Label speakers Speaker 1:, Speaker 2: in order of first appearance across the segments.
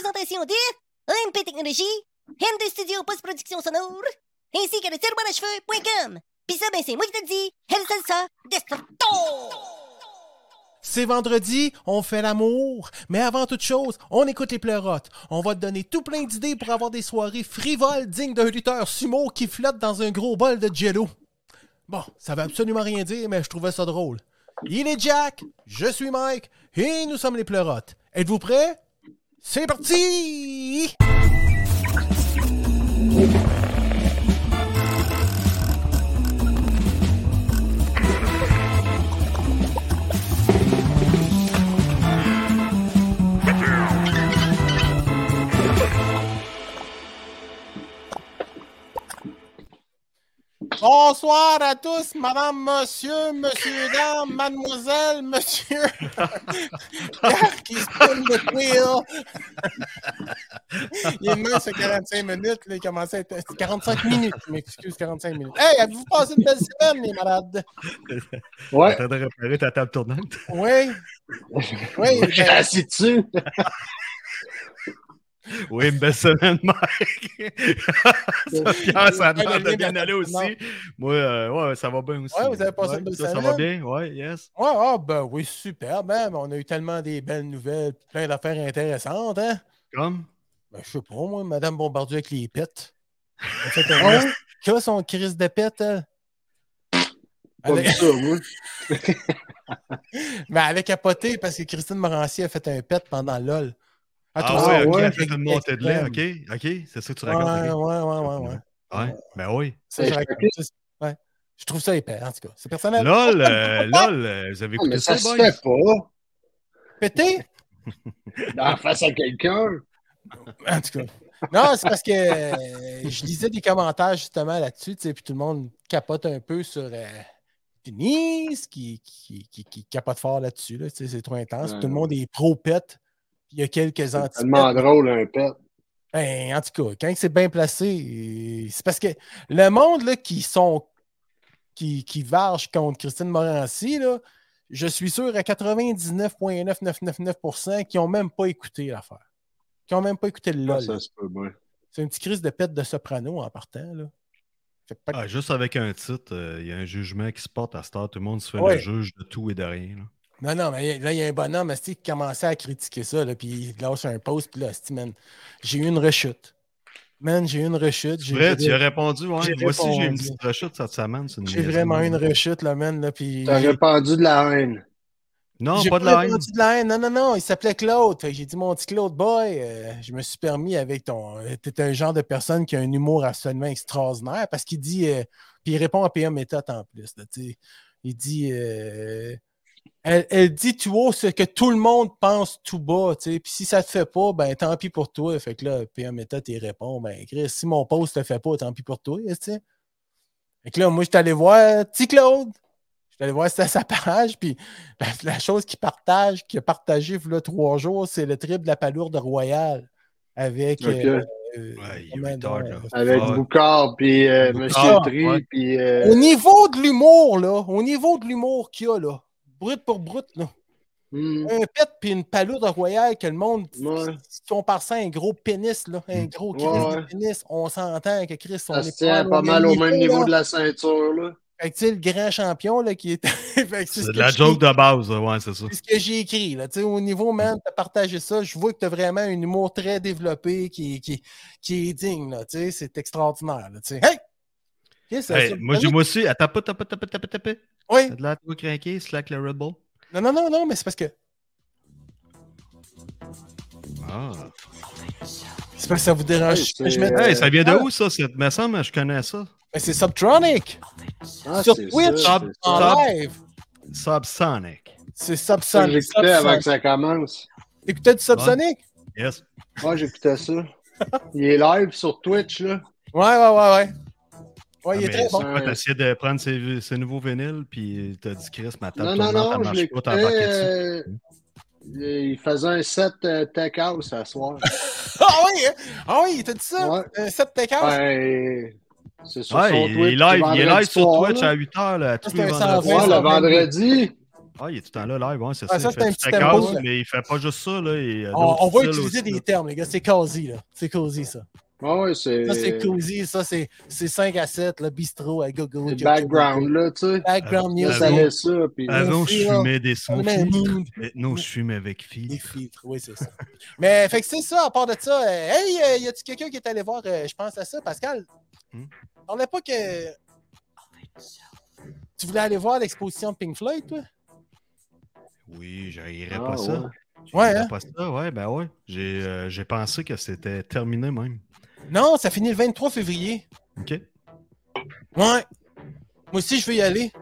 Speaker 1: production de MP Technologie, Henry Studio Post-Production Sonore, ainsi que le tiroir-à-cheveux.com. Pis ça, ben, c'est moi qui te le dis, El Salsa Destructo!
Speaker 2: C'est vendredi, on fait l'amour. Mais avant toute chose, on écoute les pleurotes. On va te donner tout plein d'idées pour avoir des soirées frivoles dignes d'un lutteur sumo qui flotte dans un gros bol de jello. Bon, ça veut absolument rien dire, mais je trouvais ça drôle. Il est Jack, je suis Mike, et nous sommes les pleurotes. Êtes-vous prêts? C'est parti! Bonsoir à tous, madame, monsieur, monsieur, dame, mademoiselle, monsieur. Pierre qui spin the wheel. Il est mince à 45 minutes, là, il commençait à être... 45 minutes, je m'excuse, 45 minutes. Hey, avez-vous passé une belle semaine, les malades?
Speaker 3: Ouais.
Speaker 4: En train de réparer ta table tournante.
Speaker 2: Oui. Oui,
Speaker 3: J'ai
Speaker 2: ben,
Speaker 3: assis dessus.
Speaker 4: Oui, une belle semaine, Mike. ça, Pierre, ça a
Speaker 2: Ouais,
Speaker 4: l'air
Speaker 2: le
Speaker 4: de
Speaker 2: lien
Speaker 4: bien
Speaker 2: de-
Speaker 4: aller aussi. Moi, euh, ouais, ça va bien aussi.
Speaker 2: Ouais, vous avez passé une belle
Speaker 4: ça, Ça va bien, ouais, yes.
Speaker 2: ouais, ah, ben oui, super, ben, on a eu tellement des belles nouvelles, plein d'affaires intéressantes, hein?
Speaker 4: Comme.
Speaker 2: Ben, je sais pas, moi, Madame Bombardier avec les pets. En fait, elle reste- Qu'a son crise de pète, elle?
Speaker 3: Pas vu
Speaker 2: Elle a-
Speaker 3: ça, moi.
Speaker 2: ben, elle a capoté parce que Christine Morancier a fait un pet pendant LOL. Elle
Speaker 4: Ah,
Speaker 2: trouve ça
Speaker 4: ouais, ok,
Speaker 2: drôle.
Speaker 4: elle fait une montée de lait, ok, ok, c'est ça que tu
Speaker 2: Ouais,
Speaker 4: racontes.
Speaker 2: ouais,
Speaker 4: ok.
Speaker 2: ouais, ouais, ouais.
Speaker 4: Ouais, ben oui.
Speaker 2: Ça,
Speaker 3: Ouais,
Speaker 2: je,
Speaker 3: je
Speaker 2: raconte
Speaker 3: suis
Speaker 2: ça. Ouais. Je trouve ça épais, en tout cas. C'est personnel.
Speaker 4: LOL, euh, LOL, euh, vous avez
Speaker 3: Ah,
Speaker 4: écouté
Speaker 3: Mais ça
Speaker 4: ça, boys?
Speaker 3: se fait pas.
Speaker 2: Pété?
Speaker 3: En face à quelqu'un.
Speaker 2: En tout cas. Non, c'est parce que euh, je lisais des commentaires justement là-dessus, tu sais, puis tout le monde capote un peu sur euh, Denise, qui, qui, qui, qui capote fort là-dessus, là, tu sais, c'est trop intense.
Speaker 3: Ouais,
Speaker 2: tout le monde est pro-pet, puis il y a quelques
Speaker 4: Ah,
Speaker 2: anti
Speaker 3: Tellement drôle, un pet.
Speaker 2: Ben, en tout cas, quand c'est bien placé, euh, c'est parce que le monde là, qui sont qui, qui varge contre Christine Morancy, là, je suis sûr à 99,9999% qui n'ont même pas écouté l'affaire. Qui n'ont même pas écouté le
Speaker 3: Ah,
Speaker 2: LOL.
Speaker 3: Ça se peut bien.
Speaker 2: c'est une petite crise de pète de soprano en partant. Là. Fait que pas-
Speaker 4: Ah, juste avec un titre, euh, il y a un jugement qui se porte à Star. Tout le monde se fait
Speaker 2: Ouais.
Speaker 4: le juge de tout et de rien. là.
Speaker 2: Non, non, mais là, il y a un bonhomme esti, qui commençait à critiquer ça, là, puis il lâche un post, puis là, esti, man, j'ai eu une rechute. Man, j'ai eu une rechute. j'ai-
Speaker 4: Bref, tu as répondu. Ouais.
Speaker 2: j'ai
Speaker 4: Moi aussi, j'ai une
Speaker 2: répondu.
Speaker 4: petite rechute cette semaine. c'est
Speaker 2: J'ai
Speaker 4: niaiserie.
Speaker 2: vraiment eu une rechute, là, man, là, puis...
Speaker 3: T'as répandu de la haine.
Speaker 4: Non,
Speaker 2: J'ai
Speaker 4: pas de la haine.
Speaker 2: répondu de la haine. Non, non, non, il s'appelait Claude. Fait que J'ai dit, mon petit Claude Boy, euh, je me suis permis avec ton. euh, T'es un genre de personne qui a un humour absolument extraordinaire parce qu'il dit. euh, puis il répond à PM Méthode en plus. là, tu sais. il dit. euh, elle, elle dit tout haut ce que tout le monde pense tout bas. tu sais. Puis si ça te fait pas, ben tant pis pour toi. Fait que là, PM Méthode, il répond ben, Chris, si mon post te fait pas, tant pis pour toi. tu sais. Fait que là, moi, je suis allé voir euh, petit Claude. Je suis allé voir sa sa page. Puis la, la chose qu'il partage, qu'il a partagé il y a trois jours, c'est le trip de la palourde royale avec.
Speaker 3: Ok.
Speaker 2: euh, euh,
Speaker 4: Ouais, il est
Speaker 2: comment,
Speaker 4: retard,
Speaker 2: euh,
Speaker 4: là.
Speaker 3: Avec
Speaker 4: Ah.
Speaker 3: Boucard, puis euh, Monsieur
Speaker 4: Boucard,
Speaker 3: Tri,
Speaker 4: ouais.
Speaker 3: puis. euh,
Speaker 2: Au niveau de l'humour, là, au niveau de l'humour qu'il y a, là, brut pour brut, là,
Speaker 3: hmm,
Speaker 2: un pet puis une palourde royale que le monde
Speaker 3: Ouais.
Speaker 2: qui compare ça à un gros pénis, là,
Speaker 4: Mm.
Speaker 2: un gros Chris
Speaker 3: Ouais,
Speaker 2: de
Speaker 3: ouais.
Speaker 2: pénis, on s'entend que Chris, on
Speaker 3: Ça se
Speaker 2: est
Speaker 3: tient pas mal au même niveau
Speaker 2: là.
Speaker 3: de la ceinture, là.
Speaker 2: Fait que, tu sais, le grand champion là, qui est. Fait que
Speaker 4: C'est
Speaker 2: ce
Speaker 4: de
Speaker 2: que
Speaker 4: la
Speaker 2: je
Speaker 4: joke de base, ouais, c'est ça.
Speaker 2: C'est ce que j'ai écrit. Là. Tu sais, Au niveau même, de partager ça, je vois que tu as vraiment un humour très développé qui, qui, qui est digne. là. Tu sais, C'est extraordinaire. Là. Tu sais. Hey! Qu'est-ce que
Speaker 4: Hey,
Speaker 2: ça-
Speaker 4: moi, j'ai- moi aussi, attends pas, tape, tape, tape, tape.
Speaker 2: Oui.
Speaker 4: T'as de l'air trop craqué, slack le Red Bull.
Speaker 2: Non, non, non, non, mais c'est parce que
Speaker 4: Ah.
Speaker 2: c'est parce que ça vous dérange.
Speaker 3: Ouais, c'est-
Speaker 2: Je mets-
Speaker 3: Euh,
Speaker 4: Hey, ça vient de
Speaker 2: ah.
Speaker 4: où, ça? cette- me semble, je connais ça.
Speaker 2: Mais c'est Subtronic
Speaker 3: Ah,
Speaker 2: Sur
Speaker 3: c'est
Speaker 2: Twitch,
Speaker 3: ça,
Speaker 4: Bob-
Speaker 3: c'est
Speaker 2: en
Speaker 3: ça.
Speaker 4: Bob-
Speaker 2: live.
Speaker 4: Subsonic.
Speaker 2: C'est
Speaker 3: Ça,
Speaker 2: Subsonic.
Speaker 3: J'écoutais avant que ça commence.
Speaker 2: Écoutez du Subsonic?
Speaker 4: Yes.
Speaker 3: Moi, j'écoutais ça. Il est live sur Twitch, là.
Speaker 2: Ouais, ouais, ouais, ouais. Ouais,
Speaker 4: Ah,
Speaker 2: il est
Speaker 4: mais
Speaker 2: très
Speaker 4: c'est
Speaker 2: bon.
Speaker 4: quoi, T'as essayé de prendre ses, ses nouveaux vinyles, puis t'as dit, Chris, ma table
Speaker 3: Non, non,
Speaker 4: tournante, elle
Speaker 3: non, je
Speaker 4: marche pas,
Speaker 3: l'écoutais.
Speaker 4: t'as embarqué dessus.
Speaker 3: euh, Il faisait un set euh, tech house à soir.
Speaker 2: Ah oui, hein? ah oui, t'as dit ça?
Speaker 3: Ouais.
Speaker 2: Un 7 Tekkers?
Speaker 3: Ben, c'est sur
Speaker 4: Ouais,
Speaker 3: son
Speaker 4: il,
Speaker 3: Twitch.
Speaker 4: est live, il
Speaker 3: le
Speaker 4: est
Speaker 3: vendredi
Speaker 4: live sur
Speaker 3: soir,
Speaker 4: Twitch
Speaker 3: là.
Speaker 4: à 8h, là, tous
Speaker 2: c'est
Speaker 4: les
Speaker 2: un
Speaker 4: vendredis.
Speaker 3: Ouais,
Speaker 2: Ouais,
Speaker 3: le
Speaker 2: ça,
Speaker 3: vendredi.
Speaker 4: Ah, il est tout le temps là, live. Ouais, c'est
Speaker 2: Ah,
Speaker 4: ça,
Speaker 2: ça,
Speaker 4: il
Speaker 2: c'est un
Speaker 4: fait
Speaker 2: petit
Speaker 4: du tag
Speaker 2: tempo,
Speaker 4: house,
Speaker 2: là.
Speaker 4: mais il fait pas juste ça. Là, il y a
Speaker 2: On,
Speaker 4: d'autres
Speaker 2: on va
Speaker 4: styles
Speaker 2: utiliser
Speaker 4: aussi,
Speaker 2: des
Speaker 4: là.
Speaker 2: termes, les gars. C'est cosy, là. C'est cosy, ça.
Speaker 3: Ah ouais, c'est.
Speaker 2: Ça, c'est cosy. Ça, c'est c'est 5 à 7, le bistrot à gogo.
Speaker 3: c'est
Speaker 2: jojo,
Speaker 3: background, là, tu sais.
Speaker 2: Background
Speaker 3: Là,
Speaker 2: music.
Speaker 3: ça
Speaker 4: Avant-
Speaker 3: allait ça, puis.
Speaker 2: Ah,
Speaker 4: Avant,
Speaker 2: aussi,
Speaker 4: je
Speaker 2: là.
Speaker 4: fumais des
Speaker 2: On met un
Speaker 4: smoothies.
Speaker 2: mood,
Speaker 4: Maintenant, je fume avec
Speaker 2: Des
Speaker 4: filles.
Speaker 2: filtres, oui, c'est ça. Mais, fait que c'est ça, à part de ça, euh, hey, euh, y a-tu quelqu'un qui est allé voir, euh, je pense à ça, Pascal?
Speaker 4: Hmm?
Speaker 2: On n'a pas que. Tu voulais aller voir l'exposition de Pink Floyd, toi?
Speaker 4: Oui, j'haïrais
Speaker 3: Ah,
Speaker 4: pas ça.
Speaker 3: ouais.
Speaker 2: Ouais,
Speaker 4: J'haïrais
Speaker 2: hein?
Speaker 4: pas ça, ouais, ben ouais. J'ai euh, j'ai pensé que c'était terminé même.
Speaker 2: Non, ça finit le 23 février.
Speaker 4: OK?
Speaker 2: Ouais. Moi aussi, je veux y aller.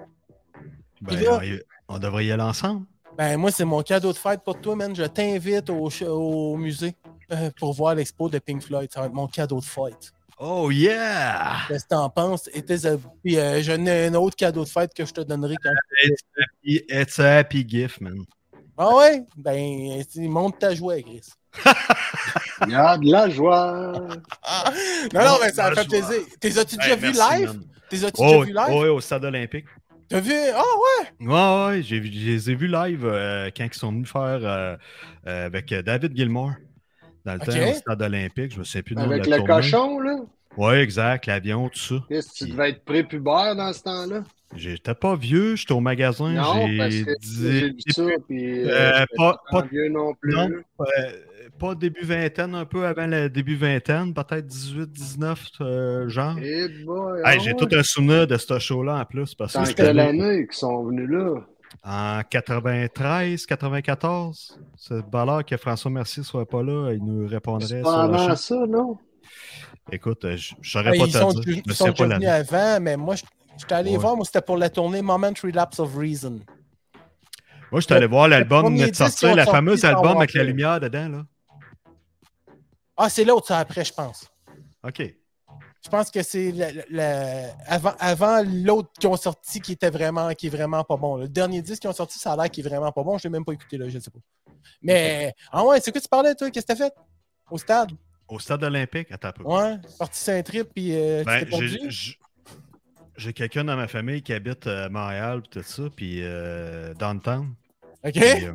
Speaker 4: Ben,
Speaker 2: Et là-
Speaker 4: on, on devrait y aller ensemble.
Speaker 2: Ben, moi, c'est mon cadeau de fête pour toi, man. Je t'invite au, ch- au musée euh, pour voir l'expo de Pink Floyd. Ça va être mon cadeau de fête.
Speaker 4: Oh yeah!
Speaker 2: Qu'est-ce que t'en penses? Et tes ab- Puis, euh, j'en ai un autre cadeau de fête que je te donnerai quand.
Speaker 4: It's a happy gift, man.
Speaker 2: Ah ouais? Ben, tu- monte ta joie, Chris.
Speaker 3: Il y a de la joie.
Speaker 2: Non, non, mais ça
Speaker 4: Bonne
Speaker 2: fait
Speaker 4: joie.
Speaker 2: plaisir. T'es as-tu déjà
Speaker 4: Hey,
Speaker 2: vu
Speaker 4: merci,
Speaker 2: live?
Speaker 4: man.
Speaker 2: T'es as-tu déjà
Speaker 4: Oh,
Speaker 2: vu live?
Speaker 4: ouais, au stade olympique.
Speaker 2: T'as vu? Ah ouais!
Speaker 4: Ouais, ouais, j'ai vu- je les ai vus live euh, quand ils sont venus faire euh, euh, avec euh, David Gilmour dans le
Speaker 2: Ok.
Speaker 4: temps au stade olympique. Je me sais plus du nom de
Speaker 3: Avec
Speaker 4: la
Speaker 3: le
Speaker 4: tournée.
Speaker 3: cochon, là.
Speaker 4: Ouais, exact, l'avion, tout ça.
Speaker 3: Qu'est-ce que tu devais être prépubère dans ce temps-là?
Speaker 4: J'étais pas vieux, j'étais au magasin,
Speaker 3: Non, parce
Speaker 4: j'ai
Speaker 3: que j'ai vu
Speaker 4: dit
Speaker 3: ça, puis.
Speaker 4: Euh,
Speaker 3: euh, j'étais
Speaker 4: pas- pas-
Speaker 3: vieux non plus.
Speaker 4: non.
Speaker 3: là.
Speaker 4: euh, pas début vingtaine, un peu avant le début vingtaine, peut-être 18, 19, euh, genre.
Speaker 3: Eh boy,
Speaker 4: Hey,
Speaker 3: ah
Speaker 4: j'ai
Speaker 3: ouais.
Speaker 4: tout un souvenir de ce show-là en plus parce
Speaker 3: C'est
Speaker 4: que
Speaker 3: en
Speaker 4: c'était
Speaker 3: quelle
Speaker 4: là
Speaker 3: année qu'ils sont venus là?
Speaker 4: en 93, 94. C'est valeur que François Mercier soit pas là, il nous
Speaker 3: C'est
Speaker 4: répondrait
Speaker 3: pas
Speaker 4: sur le
Speaker 3: avant
Speaker 4: chat.
Speaker 3: ça, non?
Speaker 4: Écoute, euh, je je
Speaker 2: Ben,
Speaker 4: saurais pas
Speaker 2: ils sont,
Speaker 4: te dire. Je
Speaker 2: ils
Speaker 4: ne
Speaker 2: sont
Speaker 4: sais pas
Speaker 2: déjà venus
Speaker 4: l'année.
Speaker 2: avant, mais moi, je- j'étais allé
Speaker 4: Ouais.
Speaker 2: voir, moi, c'était pour la tournée Momentary Lapse of Reason.
Speaker 4: Moi, je suis allé voir l'album qui
Speaker 2: premier
Speaker 4: venait de
Speaker 2: disque qu'ils ont
Speaker 4: sortir, la
Speaker 2: sorti
Speaker 4: fameuse
Speaker 2: sans
Speaker 4: album
Speaker 2: avoir
Speaker 4: avec la
Speaker 2: fait.
Speaker 4: lumière dedans, là.
Speaker 2: Ah, c'est l'autre, ça, après, je pense.
Speaker 4: OK.
Speaker 2: Je pense que c'est la- la- la- avant, avant l'autre qu'ils ont sorti qui était vraiment, qui est vraiment pas bon. Le dernier disque qu'ils ont sorti, ça a l'air qui est vraiment pas bon. Je l'ai même pas écouté là, je sais pas. Mais ah ouais, c'est quoi tu parlais toi Qu'est-ce que t'as fait au stade
Speaker 4: Au stade olympique, attends un peu.
Speaker 2: Ouais, parti sur un trip puis euh, tu
Speaker 4: Ben,
Speaker 2: t'es
Speaker 4: j'ai-
Speaker 2: perdu?
Speaker 4: j'ai- j'ai quelqu'un dans ma famille qui habite à Montréal, puis tout ça, puis euh, downtown. Puis,
Speaker 2: Ok.
Speaker 4: euh,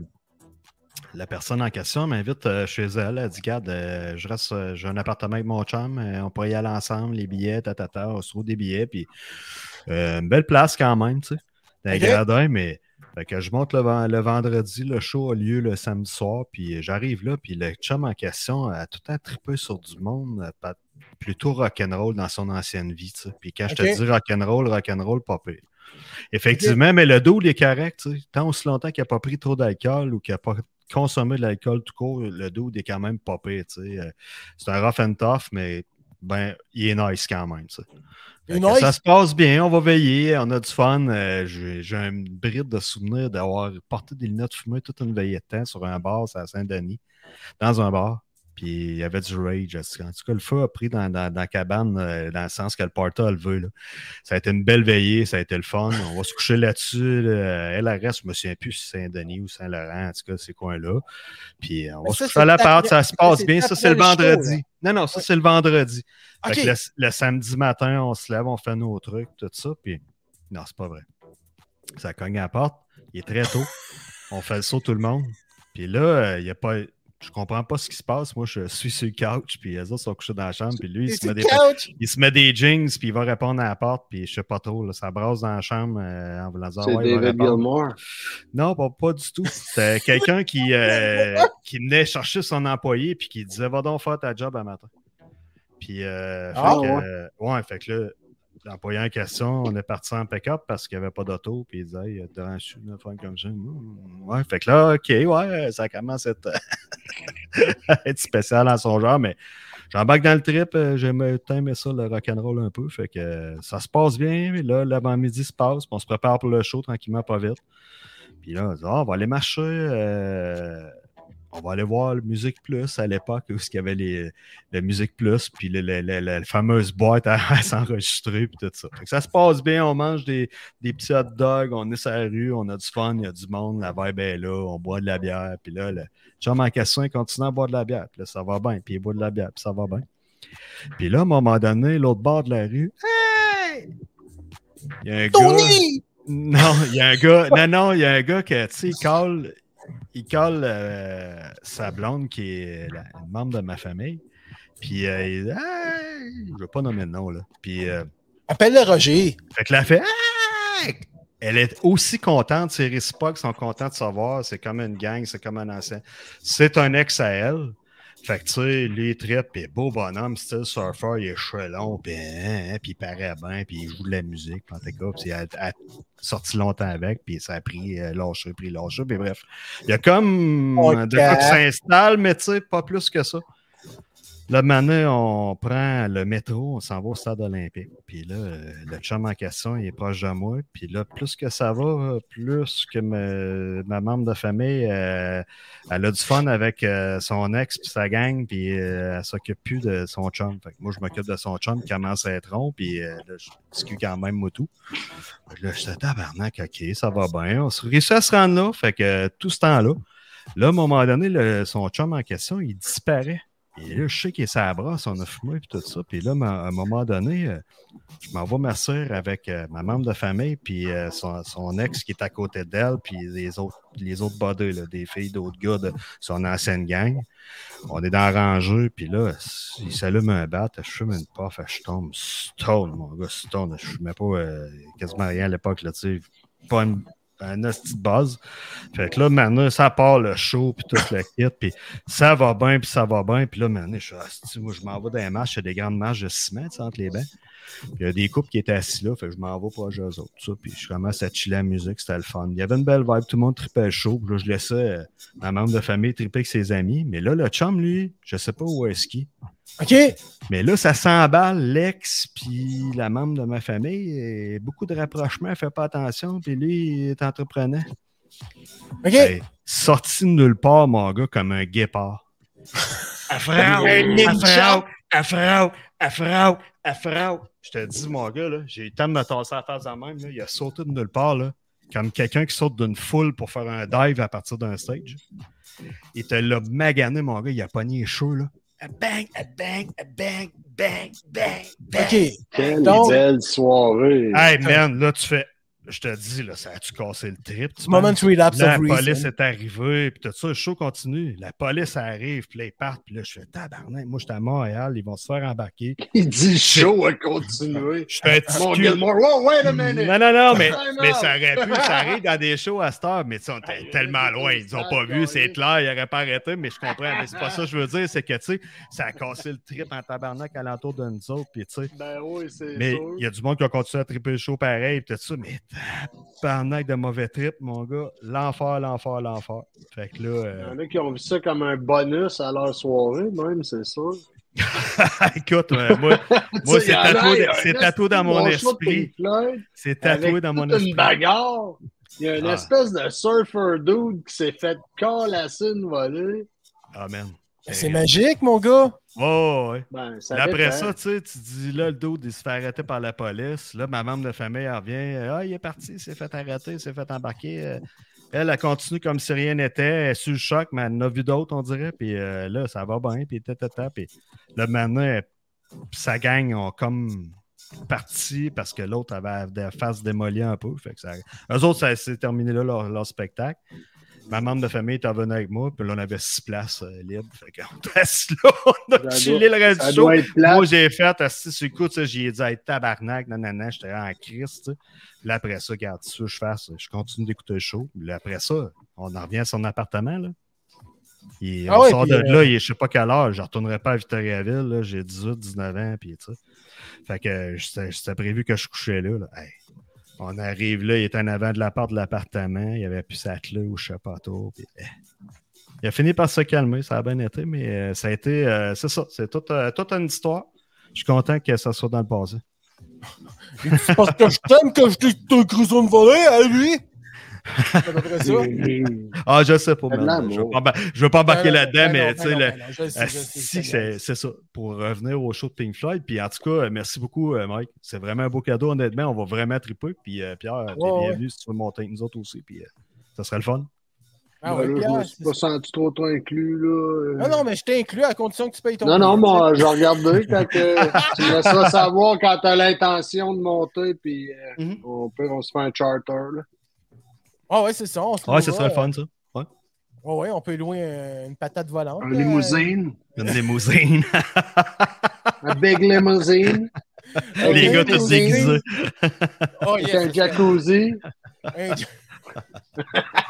Speaker 4: la personne en question m'invite euh, chez elle. Elle dit Garde, euh, je reste, euh, j'ai un appartement avec mon chum, euh, on pourrait y aller ensemble, les billets, tatata, on se trouve des billets, puis euh, une belle place quand même, tu sais, dans
Speaker 2: Ok.
Speaker 4: les gradins, mais fait que je monte le, ven- le vendredi, le show a lieu le samedi soir, puis euh, j'arrive là, puis le chum en question a tout le temps trippé sur du monde, euh, pas- plutôt rock'n'roll dans son ancienne vie, tu sais. Puis quand
Speaker 2: Ok.
Speaker 4: je te dis rock'n'roll, rock'n'roll, pas pire. Effectivement, mais le dos, il est correct. tu sais. Tant aussi longtemps qu'il n'a pas pris trop d'alcool ou qu'il n'a pas consommé de l'alcool tout court, le dos, il est quand même pas pire. tu sais. Euh, C'est un rough and tough, mais ben, il est nice quand même. tu sais. Fait
Speaker 2: Une
Speaker 4: que
Speaker 2: nice.
Speaker 4: Ça se passe bien, on va veiller, on a du fun. Euh, J'ai j'ai une bride de souvenirs d'avoir porté des lunettes fumées toute une veillée de temps sur un bar c'est à Saint-Denis, dans un bar. Puis il y avait du rage. En tout cas, le feu a pris dans, dans- dans la cabane, euh, dans le sens que le party a levé. Là. Ça a été une belle veillée, ça a été le fun. On va se coucher là-dessus. là. LRS, je me souviens plus si c'est Saint-Denis ou Saint-Laurent, en tout cas, ces coins-là. Puis on
Speaker 2: Mais ça,
Speaker 4: va se
Speaker 2: c'est
Speaker 4: coucher à la part,
Speaker 2: après-
Speaker 4: ça se passe
Speaker 2: c'est
Speaker 4: bien. Ça,
Speaker 2: après
Speaker 4: c'est le
Speaker 2: le show,
Speaker 4: vendredi. Non, non, ça, c'est le vendredi. Fait
Speaker 2: Ok.
Speaker 4: que le, le samedi matin, on se lève, on fait nos trucs, tout ça, puis non, c'est pas vrai. Ça cogne à la porte, il est très tôt, on fait le saut tout le monde. Puis là, euh, il y a pas... Je comprends pas ce qui se passe. Moi, je suis sur le couch, puis les autres sont couchés dans la chambre, puis lui, il
Speaker 2: T'es
Speaker 4: se met
Speaker 2: sur
Speaker 4: des,
Speaker 2: couch.
Speaker 4: il se met des jeans, puis il va répondre à la porte, puis je sais pas trop, là, ça brasse dans la chambre euh, en voulant dire,
Speaker 3: C'est
Speaker 4: ouais, il va
Speaker 3: David
Speaker 4: répondre.
Speaker 3: Gilmour.
Speaker 4: Non, pas, pas du tout. C'était quelqu'un qui, euh, qui venait chercher son employé puis qui disait Va donc faire ta job à matin. Puis, euh, fait
Speaker 2: Ah,
Speaker 4: que,
Speaker 3: ouais.
Speaker 4: euh, ouais, fait que là, l'employé en question, on est parti en pick-up parce qu'il n'y avait pas d'auto. Puis il disait Hey, euh, t'as un chou, une affaire comme ça. Mm, Ouais, fait que là, OK, ouais, ça commence à être, à être spécial en son genre, mais j'embarque dans le trip. euh, J'aimais tant aimé ça, le rock'n'roll un peu. Fait que euh, ça se passe bien. mais Là, l'avant-midi se passe. puis On se prépare pour le show tranquillement, pas vite. Puis là, on dit, Ah, on va aller marcher. euh, on va aller voir le Musique Plus à l'époque, où il y avait les, le Musique Plus, puis le- le- le- la fameuse boîte à, à s'enregistrer, puis tout ça. Fait que ça se passe bien, on mange des, des petits hot dogs, on est sur la rue, on a du fun, il y a du monde, la vibe est là, on boit de la bière, puis là, le chum en question, il continue à boire de la bière, puis là, ça va bien, puis il boit de la bière, puis ça va bien. Puis là, à un moment donné, l'autre bord de la rue, Hey! Il y a un gars-
Speaker 2: Tony.
Speaker 4: Non, il y a un gars. Non, non, il y a un gars que, tu sais, il colle, il colle euh, sa blonde qui est la- une membre de ma famille. Puis euh, il dit Hey! Je ne veux pas nommer de nom, là. Puis, euh,
Speaker 2: Appelle-le Roger.
Speaker 4: fait que là, elle fait Hey! Elle est aussi contente, ses réciproques sont contents de savoir. C'est comme une gang, c'est comme un ancien. C'est un ex à elle. Fait que, tu sais, lui, il traite, puis beau bonhomme, style surfer, il est chelon, puis hein, hein, puis il paraît bien, puis il joue de la musique, puis en tout cas, puis elle elle a sorti longtemps avec, puis ça a pris euh, lâché, puis lâché, puis bref. Il y a comme
Speaker 2: Ok.
Speaker 4: de quoi qui s'installe, mais tu sais, pas plus que ça. Là, maintenant, on prend le métro, on s'en va au stade olympique. Puis là, euh, le chum en question, il est proche de moi. Puis là, plus que ça va, plus que me- ma membre de famille, euh, elle a du fun avec euh, son ex puis sa gang, puis euh, elle s'occupe plus de son chum. Fait que moi, je m'occupe de son chum, qui commence à être rond, puis euh, là, je discute quand même moutou. Fait que Là, je suis tabarnak, ok, ça va bien. On se réussit à se rendre là, fait que euh, tout ce temps-là, là, à un moment donné, le- son chum en question, il disparaît. Et là, je sais qu'il est sa brosse, on a fumé, puis tout ça. Puis là, ma- à un moment donné, euh, je m'en vais m'asseoir avec euh, ma membre de famille, puis euh, son, son ex qui est à côté d'elle, puis les autres, les autres buddies, là, des filles, d'autres gars de son ancienne gang. On est dans la rangée, puis là, il s'allume un bat, je fume une puff, je tombe stone, mon gars, stone. Je fumais pas euh, quasiment rien à l'époque, là, tu sais, pas une, un hostie de base. Fait que là, maintenant, ça part le show, puis tout le kit, puis ça va bien, puis ça va bien. Puis là, maintenant, je suis hostie, moi, je m'en vais dans les marches, il y a des grandes marches de ciment, tu sais, entre les bancs. Puis il y a des couples qui étaient assis là, fait que je m'en vais proche d'eux autres, tout ça, puis je commence à chiller la musique, c'était le fun. Il y avait une belle vibe, tout le monde tripait chaud, puis là, je laissais euh, ma membre de famille triper avec ses amis, mais là, le chum, lui, je sais pas où est-ce qu'il
Speaker 2: OK?
Speaker 4: mais là, ça s'emballe, l'ex, puis la membre de ma famille. Et beaucoup de rapprochements, elle fait pas attention, puis lui, il est entreprenant.
Speaker 2: OK?
Speaker 4: Hey, sorti de nulle part, mon gars, comme un guépard. Afrao, afrao, afrao, afrao, afrao. Je te dis, mon gars, là, j'ai eu le temps de me tasser la face en même. Là, il a sauté de nulle part, là, comme quelqu'un qui saute d'une foule pour faire un dive à partir d'un stage. Il te l'a magané, mon gars. Il a pogné chaud, là. Ah, Bang, ah, bang, ah, bang, bang, bang, bang.
Speaker 2: OK.
Speaker 3: Quelle
Speaker 2: Donc-
Speaker 3: belle soirée.
Speaker 4: Hey, man, là, tu fais... Je te dis, là, ça a-tu cassé le trip? tu penses?
Speaker 2: Moment relapse
Speaker 4: Là,
Speaker 2: of
Speaker 4: la police
Speaker 2: reason.
Speaker 4: est arrivée, puis tout ça, le show continue. La police arrive, puis là, ils partent, puis là, je fais tabarnak. Moi, j'étais à Montréal, ils vont se faire embarquer.
Speaker 3: Il dit chaud à continuer.
Speaker 4: Je fais un petit
Speaker 3: Mon
Speaker 4: cul.
Speaker 3: Gilmore, wow, wait a minute.
Speaker 4: Non, non, non, mais,
Speaker 3: Time
Speaker 4: mais
Speaker 3: out.
Speaker 4: ça aurait pu, ça arrive dans des shows à cette heure, mais tu sais, on était
Speaker 3: Aïe,
Speaker 4: tellement
Speaker 3: aïe,
Speaker 4: loin,
Speaker 3: aïe,
Speaker 4: ils ont
Speaker 3: aïe,
Speaker 4: pas vu,
Speaker 3: aïe.
Speaker 4: c'est clair, ils auraient pas arrêté, mais je comprends, mais c'est pas ça que je veux dire, c'est que, tu sais, ça a cassé le trip en tabarnak alentour de nous autres, puis tu sais,
Speaker 3: Ben oui, c'est
Speaker 4: Mais
Speaker 3: sûr.
Speaker 4: il y a du monde qui a continué à triper le show pareil, peut-être ça, mais tabarnak de mauvais trip, mon gars. L'enfer, l'enfer, l'enfer. Fait que là,
Speaker 3: Il y
Speaker 4: euh,
Speaker 3: en a qui ont vu ça comme un bonus à leur soirée, même, c'est sûr.
Speaker 4: écoute, euh, moi, moi, c'est tatoué, c'est tatoué dans mon esprit. C'est tatoué dans mon
Speaker 3: une
Speaker 4: esprit.
Speaker 3: bagarre. Il y a une
Speaker 4: Ah.
Speaker 3: espèce de surfer dude qui s'est fait calasser une volée.
Speaker 4: Amen.
Speaker 2: C'est magique, mon gars.
Speaker 4: Oh, Ah, ouais.
Speaker 3: Ben, ça
Speaker 4: Là, après
Speaker 3: dépend.
Speaker 4: ça, tu sais, tu dis là, le dos, il se fait arrêter par la police. Là, ma membre de famille, elle revient. Ah, il est parti, il s'est fait arrêter, il s'est fait embarquer. Euh, Elle, elle continue comme si rien n'était. Elle est sur le choc, mais elle en a vu d'autres, on dirait. Puis euh, là, ça va bien. Puis tatata. Puis là, maintenant, elle- sa gang ont comme parti parce que l'autre avait la face démolie un peu. Fait que ça, eux autres, ça s'est terminé là, leur, leur spectacle. Ma membre de famille est revenue avec moi, puis là, on avait six places euh, libres. Fait qu'on était assis là, on a
Speaker 3: doit-
Speaker 4: chillé le reste
Speaker 3: ça
Speaker 4: du show.
Speaker 3: doit être plat.
Speaker 4: Moi, j'ai fait, assis sur le coup, tu sais, j'ai dit, hey, tabarnak, nanana, j'étais en crise, tu sais. Puis là, après ça, regarde, tu sais, je fasse, je continue d'écouter le show. Puis là, après ça, on en revient à son appartement, là. Il-
Speaker 2: Ah
Speaker 4: on
Speaker 2: ouais,
Speaker 4: sort
Speaker 2: puis,
Speaker 4: de
Speaker 2: euh,
Speaker 4: là, il est je sais pas quelle heure, je retournerai pas à Victoriaville, là, j'ai 18, 19 ans, puis tu sais. Fait que euh, c'était c'était prévu que je couchais là. là. Hey, on arrive là, il est en avant de la porte de l'appartement, il avait plus sa clé ou je sais pas trop. puis, eh. Il a fini par se calmer, ça a bien été, mais euh, ça a été, euh, c'est ça, c'est toute, euh, toute une histoire. Je suis content que ça soit dans le passé.
Speaker 2: C'est parce que je t'aime que je t'ai t'ai cru sur une volée à lui. C'est à peu près ça.
Speaker 4: Ah, je sais pas,
Speaker 3: C'est de
Speaker 4: man,
Speaker 3: l'amour.
Speaker 4: je veux pas embar- je veux pas
Speaker 2: Euh,
Speaker 4: embarquer Bah,
Speaker 2: ben
Speaker 4: là-dedans, mais tu sais, le-
Speaker 2: sais,
Speaker 4: Ah, Si, c'est c'est ça. Pour revenir au show de Pink Floyd. Puis en tout cas, euh, merci beaucoup, euh, Mike. C'est vraiment un beau cadeau, honnêtement. On va vraiment triper. Puis euh, Pierre, t'es
Speaker 2: ouais.
Speaker 4: bienvenu si tu veux monter avec nous autres aussi. Puis euh, ça serait le fun.
Speaker 2: Ah
Speaker 3: Ben
Speaker 2: ouais,
Speaker 3: là, je me
Speaker 2: Pierre,
Speaker 3: suis
Speaker 2: c'est
Speaker 3: pas
Speaker 2: ça.
Speaker 3: senti trop, trop inclus, là.
Speaker 2: Non, non, mais je t'inclus à condition que tu payes ton.
Speaker 3: Non, non,
Speaker 2: billet,
Speaker 3: moi, je regarderai quand que tu me laisseras savoir quand tu as l'intention de monter, puis euh,
Speaker 4: Mhm.
Speaker 3: on peut on se fait un charter. Là.
Speaker 2: Ah ouais, c'est ça. On se
Speaker 4: Ouais,
Speaker 2: louera,
Speaker 4: ça serait le fun, ça.
Speaker 2: euh, ouais, ouais, on peut louer euh, une patate volante.
Speaker 3: Un
Speaker 2: là.
Speaker 3: limousine,
Speaker 4: Une limousine.
Speaker 3: un big limousine,
Speaker 2: Ok,
Speaker 4: Les gars tous
Speaker 2: limousine.
Speaker 4: déguisés.
Speaker 2: Oh, yes,
Speaker 3: puis un
Speaker 2: c'est
Speaker 3: jacuzzi,
Speaker 2: ça. Un ja-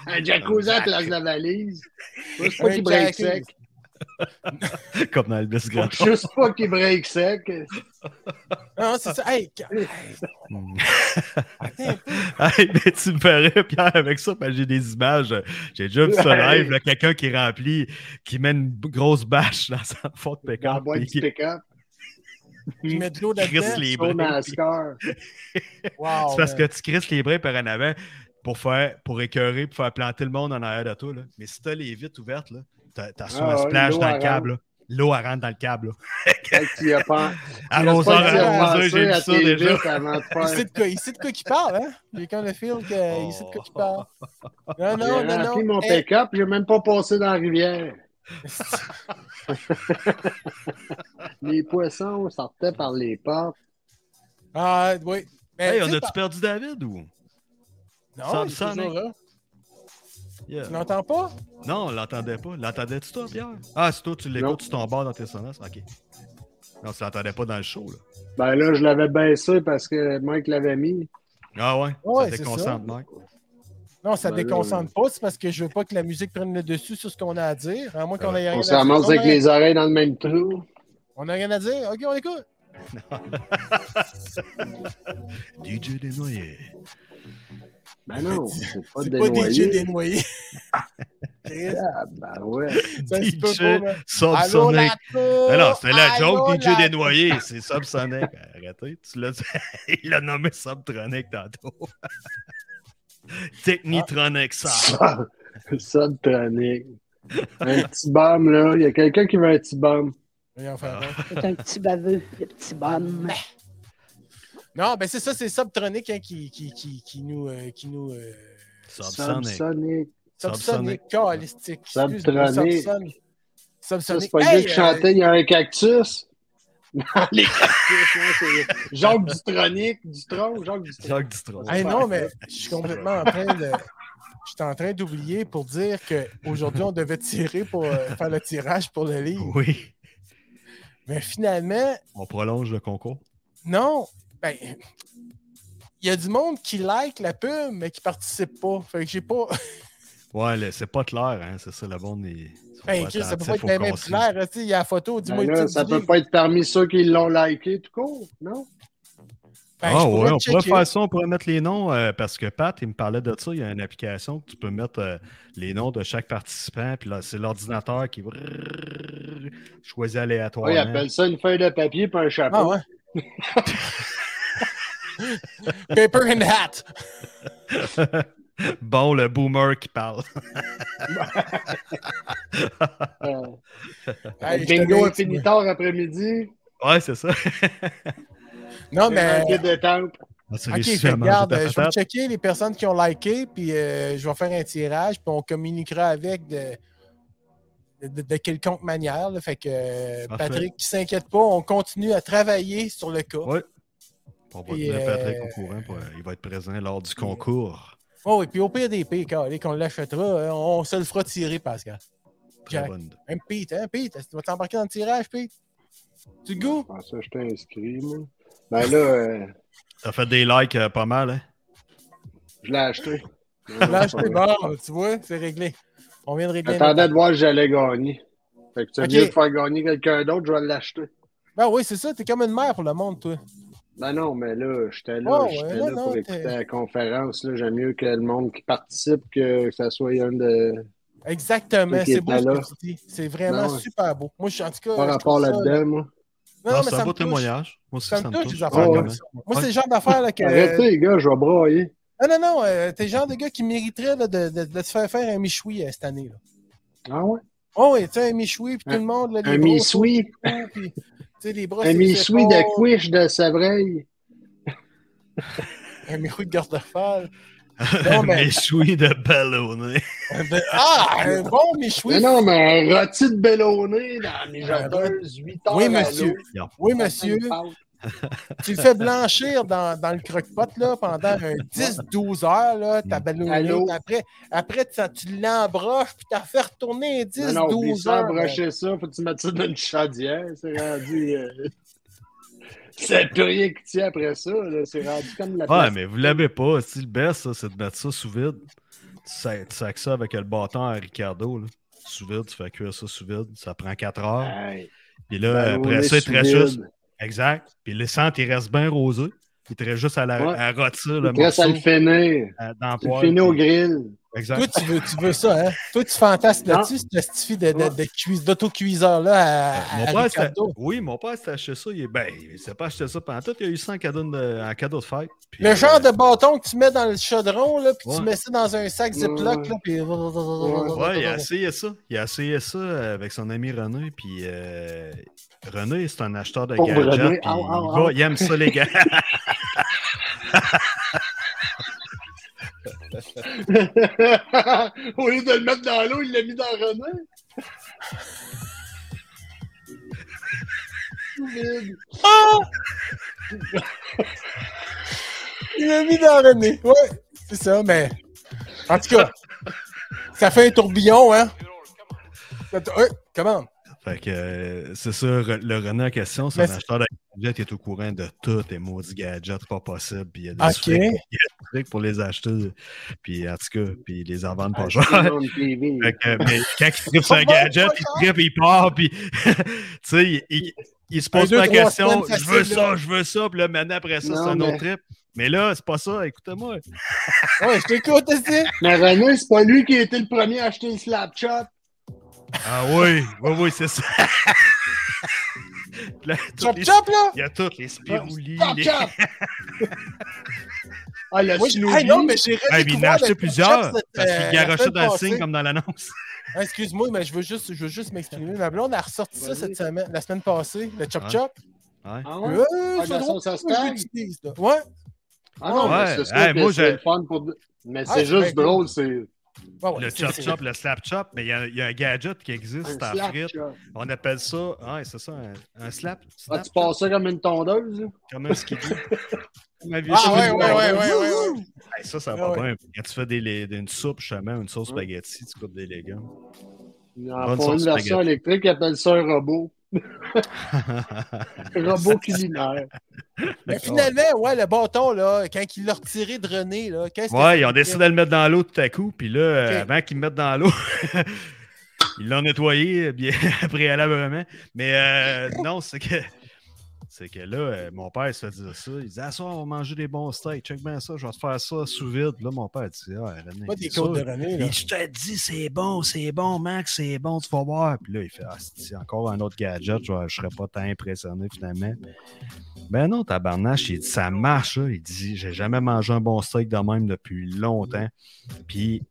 Speaker 3: un jacuzzi à la place de la valise. Je sais pas
Speaker 2: Un
Speaker 3: qu'il break
Speaker 2: jacuzzi.
Speaker 3: sec.
Speaker 4: Comme dans Elvis
Speaker 3: Faut
Speaker 4: Graton.
Speaker 3: juste pas qu'il break sec.
Speaker 2: Non, c'est ça. Hey, ca-
Speaker 4: Hey, mais tu me ferais, Pierre, avec ça, parce que j'ai des images. J'ai déjà vu ça
Speaker 3: Ouais.
Speaker 4: live, là, quelqu'un qui remplit, qui met une b- grosse bâche dans sa faute de
Speaker 3: Dans la
Speaker 4: pick-up,
Speaker 3: boîte
Speaker 4: puis
Speaker 3: du
Speaker 4: qui
Speaker 3: pick-up,
Speaker 2: tu mets de l'eau
Speaker 4: crisse
Speaker 2: là-dedans.
Speaker 4: les
Speaker 3: au
Speaker 4: brins. puis-
Speaker 3: NASCAR.
Speaker 2: Wow,
Speaker 3: Oh,
Speaker 4: C'est parce que
Speaker 2: man.
Speaker 4: tu crisses les brins par en avant pour faire, pour écœurer, pour faire planter le monde en arrière de toi. Là. Mais si t'as les vitres ouvertes, là, t'as, t'as reçu
Speaker 3: Ah
Speaker 4: un
Speaker 3: ouais,
Speaker 4: splash
Speaker 3: l'eau,
Speaker 4: dans
Speaker 3: elle
Speaker 4: le câble. là. L'eau, elle rentre dans le câble. là.
Speaker 3: Fait que tu y as pas.
Speaker 4: À
Speaker 3: tu as
Speaker 4: 11h,
Speaker 3: pas dit
Speaker 4: à 11h,
Speaker 3: avancer
Speaker 4: j'ai
Speaker 3: à
Speaker 4: vu ça
Speaker 3: tes
Speaker 4: déjà.
Speaker 3: vitres avant de
Speaker 2: Il
Speaker 3: faire.
Speaker 2: sait de quoi, il sait de quoi qu'il parle, hein? J'ai comme le feel qu'il sait de quoi
Speaker 3: Oh.
Speaker 2: qu'il parle. Non, non,
Speaker 3: J'ai
Speaker 2: non,
Speaker 3: rempli
Speaker 2: non. Euh,
Speaker 3: mon
Speaker 2: Hey,
Speaker 3: pick-up, j'ai même pas passé dans la rivière. Les poissons sortaient par les portes.
Speaker 2: Ah, oui. Mais,
Speaker 4: Hey,
Speaker 2: tu
Speaker 4: on
Speaker 2: sais,
Speaker 4: a-tu perdu David ou?
Speaker 2: par- Non,
Speaker 4: Sam
Speaker 2: il est toujours là.
Speaker 4: Yeah.
Speaker 2: Tu l'entends pas?
Speaker 4: Non, on l'entendait pas. L'entendais-tu toi, Pierre? Ah, c'est toi, tu
Speaker 3: Non.
Speaker 4: l'écoutes, tu t'en barres dans tes sonores. OK. Non, tu l'entendais pas dans le show, là.
Speaker 3: Ben là, je l'avais baissé parce que Mike l'avait mis.
Speaker 4: Ah ouais?
Speaker 2: Ouais,
Speaker 4: ça
Speaker 2: c'est
Speaker 4: déconcentre, Mike.
Speaker 2: Non, ça
Speaker 3: Ben là,
Speaker 2: déconcentre pas. C'est parce que je veux pas que la musique prenne le dessus sur ce qu'on a à dire. À moins qu'on
Speaker 4: Ouais.
Speaker 2: ait rien
Speaker 3: On
Speaker 2: à
Speaker 3: se
Speaker 2: dire.
Speaker 3: ramasse
Speaker 2: On a
Speaker 3: avec
Speaker 2: rien-
Speaker 3: les oreilles dans le même trou.
Speaker 2: On a rien à dire. OK, on écoute.
Speaker 4: DJ Desnoyers.
Speaker 3: Ben non, c'est pas
Speaker 2: C'est pas DJ
Speaker 3: dénoyé.
Speaker 2: dénoyé. Chris,
Speaker 3: Ah, ben ouais.
Speaker 2: ça se peut
Speaker 4: DJ
Speaker 2: pas, man. euh, Allô,
Speaker 4: Subsonic.
Speaker 2: Lato!
Speaker 4: Non, non, c'était la
Speaker 2: Allô,
Speaker 4: joke DJ
Speaker 2: Lato!
Speaker 4: Desnoyers. C'est Subsonic. Arrêtez. Tu l'as dit. Il l'a nommé Subtronic tantôt. Technitronic, ça.
Speaker 3: Subtronic. Un petit bum, là. Il y a quelqu'un qui veut un petit bum.
Speaker 2: Voyons faire un.
Speaker 5: C'est un petit baveux, le petit bonhomme.
Speaker 2: Non, ben c'est ça, c'est Subtronic hein, qui, qui, qui, qui nous. euh, qui nous euh,
Speaker 4: Subsonic.
Speaker 3: Subsonic.
Speaker 2: Subsonic,
Speaker 4: Subsonic.
Speaker 2: calistique. Excuse-moi,
Speaker 3: Subtronic.
Speaker 2: Subson-
Speaker 3: Ça,
Speaker 2: Subsonic.
Speaker 3: c'est pas le
Speaker 2: Hey,
Speaker 3: gars qui
Speaker 2: euh,
Speaker 3: chantait, il y a un cactus. Les cactus, hein, c'est Jacques Dutronic, Dutron, Jacques Dutron.
Speaker 4: Jacques Distro.
Speaker 2: Hey, non, mais je suis complètement en train de. J'étais en train d'oublier pour dire qu'aujourd'hui, on devait tirer pour euh, faire le tirage pour le livre.
Speaker 4: Oui.
Speaker 2: Mais finalement,
Speaker 4: On prolonge le concours.
Speaker 2: non. Ben, il y a du monde qui like la pub, mais qui participe pas. Fait que j'ai pas.
Speaker 4: Ouais, là, c'est pas clair, hein. C'est ça, le monde est.
Speaker 2: Ben, Chris, ça peut pas être bien même clair. hein, tu sais, Il y a la photo,
Speaker 3: Ben
Speaker 2: dis-moi le
Speaker 3: là,
Speaker 2: titre
Speaker 3: ça
Speaker 2: du
Speaker 3: peut
Speaker 2: livre.
Speaker 3: pas être parmi ceux qui l'ont liké, tout court, non?
Speaker 2: Ben, je
Speaker 4: ah
Speaker 2: pourrais
Speaker 4: ouais, on pourrait
Speaker 2: checker.
Speaker 4: faire ça, on pourrait mettre les noms, euh, parce que Pat, il me parlait de ça, il y a une application que tu peux mettre euh, les noms de chaque participant, puis là, c'est l'ordinateur qui brrrr, choisit
Speaker 3: Ouais, ils
Speaker 4: aléatoirement.
Speaker 3: appellent ça une feuille de papier et un
Speaker 2: Ah
Speaker 3: chapeau.
Speaker 2: ouais. Paper and hat.
Speaker 4: bon, le boomer qui parle.
Speaker 3: Euh,
Speaker 2: Hey, je te
Speaker 3: bingo
Speaker 2: dis, tu me-
Speaker 3: infinitor après-midi.
Speaker 4: Ouais, c'est ça.
Speaker 2: Non, mais.
Speaker 3: Manqué de temps.
Speaker 4: On se
Speaker 2: Ok,
Speaker 4: réussit
Speaker 2: fait,
Speaker 4: à manger
Speaker 2: regarde,
Speaker 4: ta
Speaker 2: euh, je vais
Speaker 4: patate.
Speaker 2: checker les personnes qui ont liké, puis euh, je vais faire un tirage, puis on communiquera avec de, de, de quelconque manière. là. Fait que euh,
Speaker 4: Parfait.
Speaker 2: Patrick, qui s'inquiète pas, on continue à travailler sur le cas.
Speaker 4: Ouais. On va
Speaker 2: Puis,
Speaker 4: tenir Patrick
Speaker 2: euh,
Speaker 4: au courant, pour- il va être présent lors du concours.
Speaker 2: Oh, et puis au pire des pires, quand qu'on l'achètera, euh, on se le fera tirer, Pascal.
Speaker 4: Très
Speaker 2: Jack.
Speaker 4: bonne.
Speaker 2: Même Pete, hein, Pete? Tu vas t'embarquer dans le tirage, Pete? Tu le goût?
Speaker 3: Ah, ça, je t'ai inscrit, moi. Ben là, euh,
Speaker 4: T'as fait des likes euh, pas mal, hein?
Speaker 3: je l'ai acheté.
Speaker 2: Lâche tes bords, tu vois, c'est réglé. On vient de régler.
Speaker 3: J'attendais de voir si j'allais gagner. Fait que tu
Speaker 2: Ok.
Speaker 3: viens de faire gagner quelqu'un d'autre, je vais l'acheter.
Speaker 2: Ben oui, c'est ça, t'es comme une mère pour le monde, toi.
Speaker 3: Ben non, mais là, j'étais là,
Speaker 2: Oh, ouais,
Speaker 3: j'étais
Speaker 2: non,
Speaker 3: là pour
Speaker 2: non,
Speaker 3: écouter
Speaker 2: t'es-
Speaker 3: la conférence. là. J'aime mieux que le monde qui participe, que ça soit un de.
Speaker 2: Exactement,
Speaker 3: Ok,
Speaker 2: c'est beau ce
Speaker 3: ben là.
Speaker 2: que tu dis. C'est vraiment
Speaker 3: Non, ouais.
Speaker 2: super beau. Moi, je suis en tout cas.
Speaker 3: Pas
Speaker 2: je
Speaker 3: rapport
Speaker 2: trouve ça,
Speaker 3: là-dedans, moi.
Speaker 2: Non,
Speaker 4: Non,
Speaker 2: mais
Speaker 4: Ah, c'est
Speaker 2: ça
Speaker 4: un
Speaker 2: me
Speaker 4: beau
Speaker 2: touche.
Speaker 4: témoignage. Moi aussi,
Speaker 2: Ça me touche, les affaires
Speaker 4: Ouais,
Speaker 2: comme
Speaker 4: ouais.
Speaker 2: ça. Moi, c'est le genre d'affaire là, que.
Speaker 3: Arrêtez, les gars, je vais broyer.
Speaker 2: Non, non, non. euh, t'es le genre de gars qui mériterait là, de, de, de se faire faire un michoui euh, cette année. Là.
Speaker 3: Ah ouais?
Speaker 2: Oh, oui, tu sais, un michoui, puis tout le monde. Là, les
Speaker 3: Un
Speaker 2: bras
Speaker 3: mi-sweet.
Speaker 2: autour du cou, puis, tu sais, les bras sur
Speaker 3: Un
Speaker 2: les
Speaker 3: mi-sweet
Speaker 2: épaules,
Speaker 3: de quiche de Savreille.
Speaker 2: Un michoui de garde Non, mais-
Speaker 4: Méchoui ben. de ballonné.
Speaker 2: Ben, ah, un bon
Speaker 3: Mais
Speaker 2: méchoui.
Speaker 3: non, mais un rôti de bellonné dans les jardeuses, 8 heures.
Speaker 2: Ben, Oui,
Speaker 3: à
Speaker 2: monsieur.
Speaker 3: l'eau.
Speaker 2: Oui, monsieur. Tu le fais blanchir dans, dans le croque-pot là, pendant un 10-12 heures. Là, ta
Speaker 3: Allô?
Speaker 2: ballonnée. Après, après tu- tu l'embroches puis tu la fais retourner
Speaker 3: Non, non, oublie
Speaker 2: 10-12
Speaker 3: ça,
Speaker 2: heures.
Speaker 3: brocher ça, faut que tu mettes ça dans une chaudière, c'est rendu... euh, C'est plus rien qui tient après ça, là, c'est rendu comme la
Speaker 4: Ouais,
Speaker 3: place.
Speaker 4: mais vous l'avez pas. Si le best, ça, c'est de mettre ça sous vide. Tu sacs, tu sacs ça avec le bâton à Ricardo. Là. Sous vide, tu fais cuire ça sous vide. Ça prend 4 heures.
Speaker 3: Hey,
Speaker 4: Puis là,
Speaker 3: ballonné
Speaker 4: après ça, il te reste
Speaker 3: sous
Speaker 4: juste.
Speaker 3: vide.
Speaker 4: Exact. Puis le centre, il reste bien rosé. Il te reste juste à, la,
Speaker 3: Ouais.
Speaker 4: à rôtir le
Speaker 3: Il te reste à
Speaker 4: morceau
Speaker 3: le finir.
Speaker 4: à- dans le
Speaker 3: Tu le
Speaker 4: poêle.
Speaker 3: finis au grill.
Speaker 4: Exact.
Speaker 2: Toi, tu veux, tu veux ça, hein? Toi, tu fantasmes
Speaker 3: Non.
Speaker 2: là-dessus, ce stifie de, de, de cuis- d'autocuiseur-là à,
Speaker 4: Mon
Speaker 2: à
Speaker 4: père, c'était-
Speaker 2: Ricardo.
Speaker 4: oui, mon père s'est acheté ça. Il, ben, il s'est pas acheté ça pendant tout. Il a eu ça en cadeau de, en cadeau de fête. Puis,
Speaker 2: Le
Speaker 4: euh,
Speaker 2: genre de bâton que tu mets dans le chaudron, là, puis
Speaker 4: Ouais.
Speaker 2: tu mets ça dans un sac Ziploc, là, puis...
Speaker 4: euh, Ouais, il a essayé ça. Il a essayé ça avec son ami René. Puis euh, René, c'est un acheteur de
Speaker 3: Pauvre
Speaker 4: gadgets.
Speaker 3: René.
Speaker 4: puis il,
Speaker 3: Au, au,
Speaker 4: va-
Speaker 3: au.
Speaker 4: il aime ça, les gars.
Speaker 3: Au lieu de le mettre dans l'eau, il l'a mis dans René. Vide.
Speaker 2: Ah! Il l'a mis dans René. Ouais, c'est ça, mais... En tout cas, ça fait un tourbillon, hein? Ça te- Hey, comment?
Speaker 4: fait que euh, c'est ça, Re- le René en question, c'est
Speaker 2: Mais-
Speaker 4: un acheteur de gadgets. Il est au courant de tous les maudits gadgets pas possibles. Puis il y a des
Speaker 2: Ok.
Speaker 4: trucs, pour, il y a des trucs pour les acheter. Puis en tout cas, puis ils les en vendent pas
Speaker 3: Ah,
Speaker 4: cher.
Speaker 3: c'est mon TV.
Speaker 4: Fait que, mais quand il tripe sur un gadget, il tripe, il part, puis tu sais, il, il- il se
Speaker 2: Un,
Speaker 4: pose
Speaker 2: deux,
Speaker 4: pas la
Speaker 2: trois
Speaker 4: question,
Speaker 2: semaines
Speaker 4: je veux
Speaker 2: facile,
Speaker 4: ça, je veux ça, puis là, maintenant après ça,
Speaker 3: Non,
Speaker 4: c'est un
Speaker 3: mais-
Speaker 4: autre trip. Mais là, c'est pas ça, écoutez-moi.
Speaker 2: Ouais, je t'écoute, aussi.
Speaker 3: Mais René, c'est pas lui qui a été le premier à acheter le Slapshot.
Speaker 4: Ah oui, oui, oui, c'est ça. Là, tous les-
Speaker 2: Chop-chop, là!
Speaker 4: il y a toutes les spiroulis.
Speaker 3: Stop,
Speaker 4: les-
Speaker 3: chop! ah, le
Speaker 2: Oui,
Speaker 3: Snoopy.
Speaker 2: hey, non, mais j'ai
Speaker 4: Ah, mais il en a
Speaker 2: redécouvert
Speaker 4: acheté
Speaker 2: le
Speaker 4: plusieurs
Speaker 2: ketchup,
Speaker 4: parce
Speaker 2: euh,
Speaker 4: qu'il
Speaker 2: la
Speaker 4: garochait
Speaker 2: semaine
Speaker 4: dans le
Speaker 2: passée.
Speaker 4: signe comme dans l'annonce.
Speaker 2: Ah, Excuse-moi, mais je veux juste, je veux juste m'exprimer. Ma blonde a ressorti ça
Speaker 3: Vas-y.
Speaker 2: cette semaine, la semaine passée, le chop
Speaker 4: Ouais.
Speaker 2: chop.
Speaker 4: Ouais.
Speaker 3: Ah,
Speaker 2: Ouais,
Speaker 3: ouais? Ah,
Speaker 2: c'est
Speaker 3: dans
Speaker 2: Euh, drôle,
Speaker 3: son sauce
Speaker 2: je
Speaker 3: tag?
Speaker 2: l'utilise, là. Ouais,
Speaker 3: Ah
Speaker 4: Ouais.
Speaker 3: non, mais c'est sûr
Speaker 4: Hey,
Speaker 3: que
Speaker 4: moi,
Speaker 3: c'est
Speaker 4: je-
Speaker 3: le fun pour... Mais
Speaker 2: Ah,
Speaker 3: c'est
Speaker 2: c'est bien
Speaker 3: juste
Speaker 2: cool.
Speaker 3: drôle, c'est...
Speaker 2: Ouais, ouais,
Speaker 4: Le
Speaker 2: c'est- c'est-
Speaker 4: chop-chop, le slap-chop, mais il y a- il y, a un gadget qui
Speaker 3: un
Speaker 4: existe en frites.
Speaker 3: Slapshot.
Speaker 4: On appelle ça, ouais, c'est ça, un, un slap.
Speaker 3: Ah,
Speaker 4: snap,
Speaker 3: tu passes ça comme une tondeuse? là?
Speaker 4: Comme un skidoo. Comme un vieux
Speaker 2: Ah ouais,
Speaker 4: skidoo.
Speaker 2: ouais, ouais, ouais, ouais, ouais.
Speaker 4: Hey, ça, ça
Speaker 2: Ah
Speaker 4: va
Speaker 2: ouais. Mm.
Speaker 4: bien. Quand tu fais des, les- une soupe, justement, une sauce spaghetti, tu coupes des légumes.
Speaker 3: Ils en
Speaker 4: Bonne
Speaker 3: font
Speaker 4: sauce
Speaker 3: une version
Speaker 4: spaghetti.
Speaker 3: électrique, ils appellent ça un robot. Robot culinaire.
Speaker 2: Mais finalement, ouais, le bâton, là, quand il l'a retiré de René, là, qu'est-ce que-
Speaker 4: ouais, ils ont décidé de le mettre dans l'eau tout à coup. Puis là, euh,
Speaker 2: Ok.
Speaker 4: avant qu'ils le mettent dans l'eau, ils l'ont nettoyé euh, bien préalablement. Mais euh, non, c'est que. C'est que là, euh, mon père il se fait dire ça. Il dit Ah, soir, on va manger des bons steaks. Check bien ça, je vais te faire ça sous vide. Là, mon père dit Ah, René.
Speaker 2: Pas des
Speaker 4: ça,
Speaker 2: côtes de René, là.
Speaker 4: Et je te dis, c'est bon, c'est bon, Max, c'est bon, tu vas voir. Puis là, il fait, ah, c'est encore un autre gadget, je ne serais pas tant impressionné finalement. Ben non, tabarnache, il dit, ça marche, là. il dit, j'ai jamais mangé un bon steak de même depuis longtemps. Puis